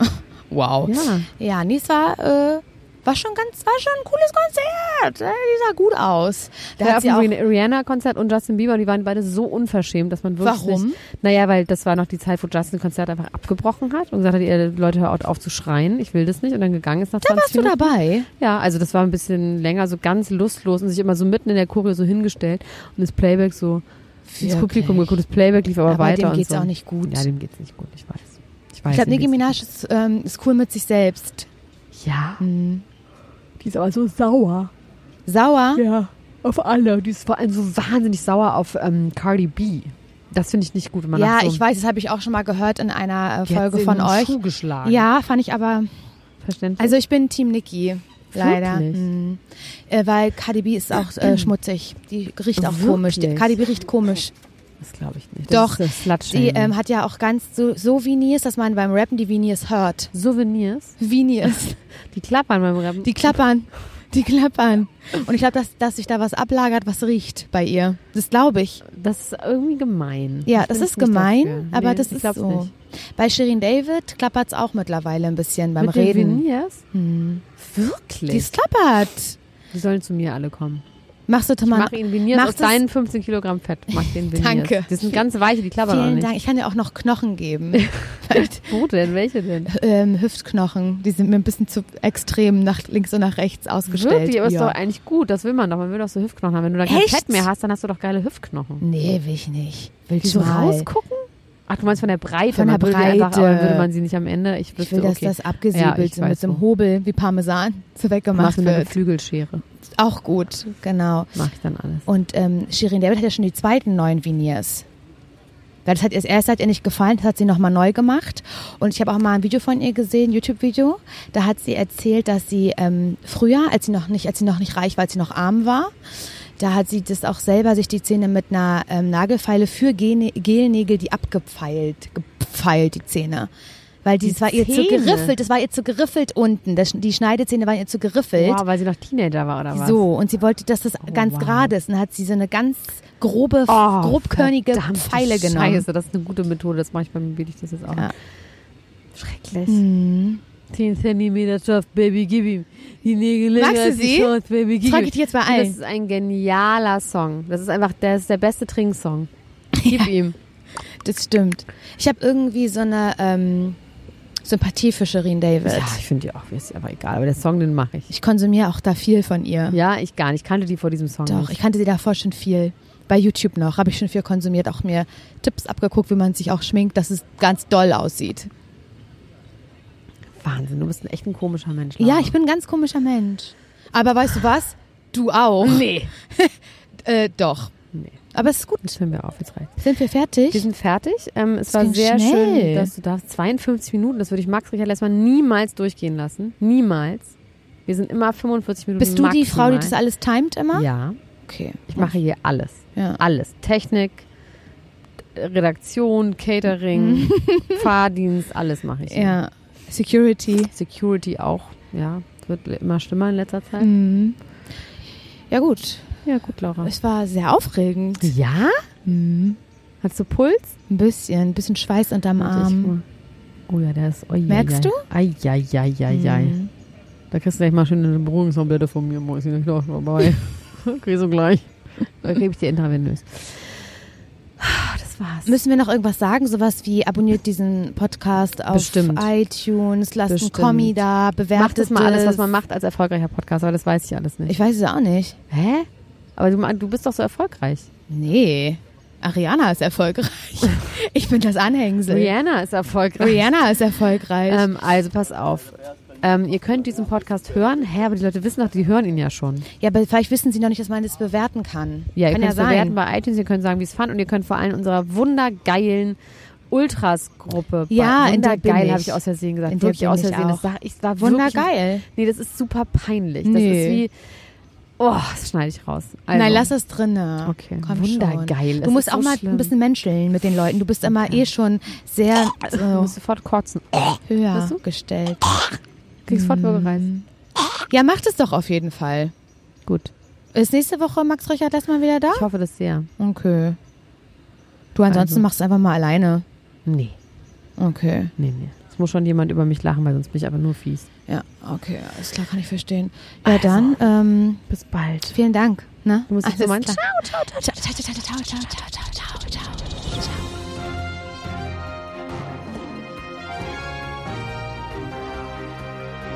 B: wow.
C: Ja.
B: ja nee, es war, äh, war schon ganz, war schon ein cooles Konzert. Äh, Die sah gut aus. Da
C: Da
B: hat
C: auf
B: sie
C: dem
B: auch,
C: Rihanna-Konzert und Justin Bieber, und die waren beide so unverschämt, dass man wirklich
B: Warum?
C: nicht... Naja, weil das war noch die Zeit, wo Justin Konzert einfach abgebrochen hat und gesagt hat, ihr Leute, hört auf zu schreien, ich will das nicht. Und dann gegangen ist nach 20
B: warst du
C: Minuten.
B: dabei?
C: Ja, also das war ein bisschen länger, so ganz lustlos und sich immer so mitten in der Choreo so hingestellt und das Playback so ins
B: Wirklich?
C: Publikum geguckt. Das Playback lief aber,
B: Aber
C: weiter
B: dem
C: und
B: geht's
C: so.
B: auch nicht gut.
C: Ja, dem geht's nicht gut, ich weiß. Ich weiß.
B: Ich glaube,
C: dem
B: Nicki
C: geht's-
B: Minaj ist, ähm, ist cool mit sich selbst.
C: Ja. Die ist aber so sauer.
B: Sauer?
C: Ja, auf alle. Die ist vor allem so wahnsinnig sauer auf ähm, Cardi B. Das finde ich nicht gut, wenn man
B: Ja,
C: nach so
B: ich weiß, das habe ich auch schon mal gehört in einer äh,
C: Die hat
B: Folge
C: sie
B: von
C: in den
B: euch.
C: Schuh geschlagen.
B: Ja, fand ich aber.
C: verständlich.
B: Also ich bin Team Nicki. Leider.
C: Wirklich? Hm.
B: Mhm. Äh, weil Cardi B ist auch äh, schmutzig. Die riecht auch komisch. Die,
C: Wirklich?
B: Cardi B riecht komisch.
C: das glaube ich nicht.
B: Doch,
C: Das ist äh, das
B: Sie ähm, hat ja auch ganz so, so Veneers, dass man beim Rappen die Veneers hört.
C: Souvenirs,
B: Veneers.
C: die klappern beim Rappen.
B: Die klappern. Die klappern. Und ich glaube, dass, dass sich da was ablagert, was riecht bei ihr. Das glaube ich.
C: das ist irgendwie gemein.
B: Ja,
C: Ich
B: das
C: bin
B: ist
C: nicht
B: gemein,
C: dafür.
B: aber
C: Nee,
B: das
C: ich
B: ist
C: glaub's
B: so.
C: Nicht.
B: Bei Shirin David klappert's auch mittlerweile ein bisschen beim
C: Mit den
B: Reden. Hm.
C: Souvenirs? Wirklich?
B: Die ist klappert.
C: Die sollen zu mir alle kommen.
B: Machst du
C: Mach
B: Tomaten?
C: ihnen Veneers
B: macht
C: aus
B: es-
C: deinen 15 Kilogramm Fett. Mach den Veneers.
B: Danke.
C: Die sind ganz weiche, die klappern auch
B: Vielen
C: nicht.
B: Dank. Ich kann dir auch noch Knochen geben.
C: Wo denn? Welche denn?
B: ähm, Hüftknochen. Die sind mir ein bisschen zu extrem nach links und nach rechts ausgestellt.
C: Wirklich, aber ist
B: ja.
C: doch eigentlich gut. Das will man doch. Man will doch so Hüftknochen haben. Wenn du dann kein
B: Echt?
C: Fett mehr hast, dann hast du doch geile Hüftknochen.
B: Nee, will ich nicht. Will
C: Die so
B: mal.
C: rausgucken? Ach, du meinst von der Breite?
B: Von der
C: man würde die Einfach,
B: Breite.
C: aber würde man sie nicht am Ende. Ich,
B: Ich
C: wüsste,
B: will, dass
C: okay.
B: das abgesäbelt
C: Ja, ich
B: so
C: weiß
B: mit so einem
C: wo.
B: Hobel wie Parmesan so
C: Machst
B: weggemacht
C: du mit einer
B: wird.
C: Flügelschere.
B: Auch gut, genau.
C: Mach ich dann alles.
B: Und ähm, Shirin David hat ja schon die zweiten neuen Veneers. Weil das hat ihr das erste hat ihr nicht gefallen, das hat sie nochmal neu gemacht. Und ich habe auch mal ein Video von ihr gesehen, ein YouTube-Video. Da hat sie erzählt, dass sie ähm, früher, als sie noch nicht, als sie noch nicht reich war, als sie noch arm war, da hat sie das auch selber sich die Zähne mit einer ähm, Nagelfeile für Gene- Gelnägel, die abgepfeilt, gepfeilt, die Zähne. Weil die,
C: Die
B: das war ihr zu
C: Zähne?
B: geriffelt, das war ihr zu geriffelt unten. Das, die Schneidezähne waren ihr zu geriffelt.
C: Wow, weil sie noch Teenager war oder was?
B: So, und sie wollte, dass das ganz
C: Oh, wow.
B: gerade ist. Und dann hat sie so eine ganz grobe,
C: Oh,
B: grobkörnige
C: verdammte
B: Pfeile genommen.
C: Scheiße, das ist eine gute Methode. Das mache ich beim Bild ich das jetzt auch.
B: Ja.
C: Schrecklich.
B: Mhm.
C: 10 cm Stoff, Baby, gib ihm. Die Nägel länger
B: Magst du
C: als die
B: sie?
C: Shorts, Baby,
B: Das
C: gib
B: frage
C: ihm.
B: ich dich jetzt bei
C: Das
B: allen.
C: ist ein genialer Song. Das ist einfach, das ist der beste Trinksong. Gib ihm.
B: Das stimmt. Ich habe irgendwie so eine ähm, Sympathie für Shirin David.
C: Ja, ich finde die auch, ist aber egal. Aber der Song, den mache ich.
B: Ich konsumiere auch da viel von ihr.
C: Ja, ich gar nicht. Ich kannte die vor diesem Song
B: Doch,
C: nicht.
B: ich kannte sie davor schon viel. Bei YouTube noch habe ich schon viel konsumiert, auch mir Tipps abgeguckt, wie man sich auch schminkt, dass es ganz doll aussieht.
C: Wahnsinn, du bist ein echt ein komischer Mensch.
B: Ja, ich bin ein ganz komischer Mensch. Aber weißt du was? Du auch.
C: Nee.
B: Äh, doch.
C: Nee.
B: Aber es ist gut.
C: Jetzt hören wir auf, jetzt reicht's.
B: Sind wir fertig?
C: Wir sind fertig. Ähm, es war
B: ging
C: sehr
B: schnell.
C: schön, dass du darfst. 52 Minuten, das würde ich Max Richard Lessmann niemals durchgehen lassen. Niemals. Wir sind immer 45 Minuten
B: Bist du die Frau, die das
C: maximal.
B: alles timet immer?
C: Ja,
B: Okay.
C: ich mache hier alles.
B: Ja.
C: Alles. Technik, Redaktion, Catering, Fahrdienst, alles mache ich. hier.
B: Mhm. ja. Security.
C: Security auch, ja. Wird immer schlimmer in letzter Zeit.
B: Mhm. Ja gut,
C: Ja, gut, Laura.
B: es war sehr aufregend.
C: Ja?
B: Mhm.
C: Hast du Puls?
B: Ein bisschen, ein bisschen Schweiß unterm
C: Warte, ich
B: Arm.
C: guck mal. Oh ja, der ist. Oi,
B: Ähm, Merkst
C: Eieieiei.
B: Mhm.
C: Da kriegst du gleich mal schön eine Beruhigungstablette von mir, Mäuschen. Ich bin auch vorbei. Kriegst du gleich. Da gebe ich dir intravenös. Das war's.
B: Müssen wir noch irgendwas sagen? Sowas wie abonniert diesen Podcast auf
C: Bestimmt.
B: iTunes, lasst
C: Bestimmt.
B: einen Kommi da, bewertet
C: Macht das mal alles,
B: es.
C: was man macht als erfolgreicher Podcast, aber das weiß ich alles nicht.
B: Ich weiß es auch nicht.
C: Hä? Aber du, ma- du bist doch so erfolgreich.
B: Nee, Ariana ist erfolgreich. ich bin das Anhängsel.
C: Rihanna ist erfolgreich.
B: Äh, Rihanna ist erfolgreich.
C: Ähm, also pass auf. Ähm, ihr könnt diesen Podcast hören. Hä, aber die Leute wissen doch, die hören ihn ja schon.
B: ja, aber vielleicht wissen sie noch nicht, dass man das bewerten kann.
C: Ja,
B: kann
C: ihr könnt
B: ja
C: es
B: sein.
C: bewerten bei iTunes, ihr könnt sagen, wie es fand und ihr könnt vor allem unserer wundergeilen Ultras-Gruppe. bei-
B: Ja, in der bin
C: wundergeil habe
B: ich.
C: ich aus Versehen gesagt.
B: In der
C: wirklich
B: bin
C: aus
B: ich
C: Versehen.
B: auch.
C: Das sag, ich war Wirklich,
B: Wundergeil.
C: nee, das ist super peinlich. Das
B: Nee.
C: ist wie. Oh, das schneide ich raus. Also,
B: Nein, lass es drinne.
C: Okay.
B: Komm
C: Wundergeil.
B: Schon.
C: Es
B: Du musst
C: ist
B: auch
C: so
B: mal ein
C: schlimm.
B: bisschen menscheln mit den Leuten. Du bist immer eh schon sehr
C: Du
B: so,
C: musst sofort kotzen.
B: höher
C: Weißt du?
B: gestellt.
C: Kriegst
B: Mm.
C: sofort Bürgerreis.
B: Ja, macht es doch auf jeden Fall.
C: Gut.
B: Ist nächste Woche Max Richard erstmal wieder da?
C: Ich hoffe das sehr.
B: Okay. Du ansonsten
C: Also.
B: machst es einfach mal alleine.
C: Nee,
B: Okay.
C: nee, nee. Es muss schon jemand über mich lachen, weil sonst bin ich einfach nur fies.
B: Ja, okay. Alles klar, kann ich verstehen. Ja, dann ähm,
C: Bis bald.
B: vielen Dank. Ne?
C: Also. Du musst jetzt so meinen.
B: klar. Ciao, ciao, ciao, ciao, ciao, ciao, ciao, ciao, ciao, ciao.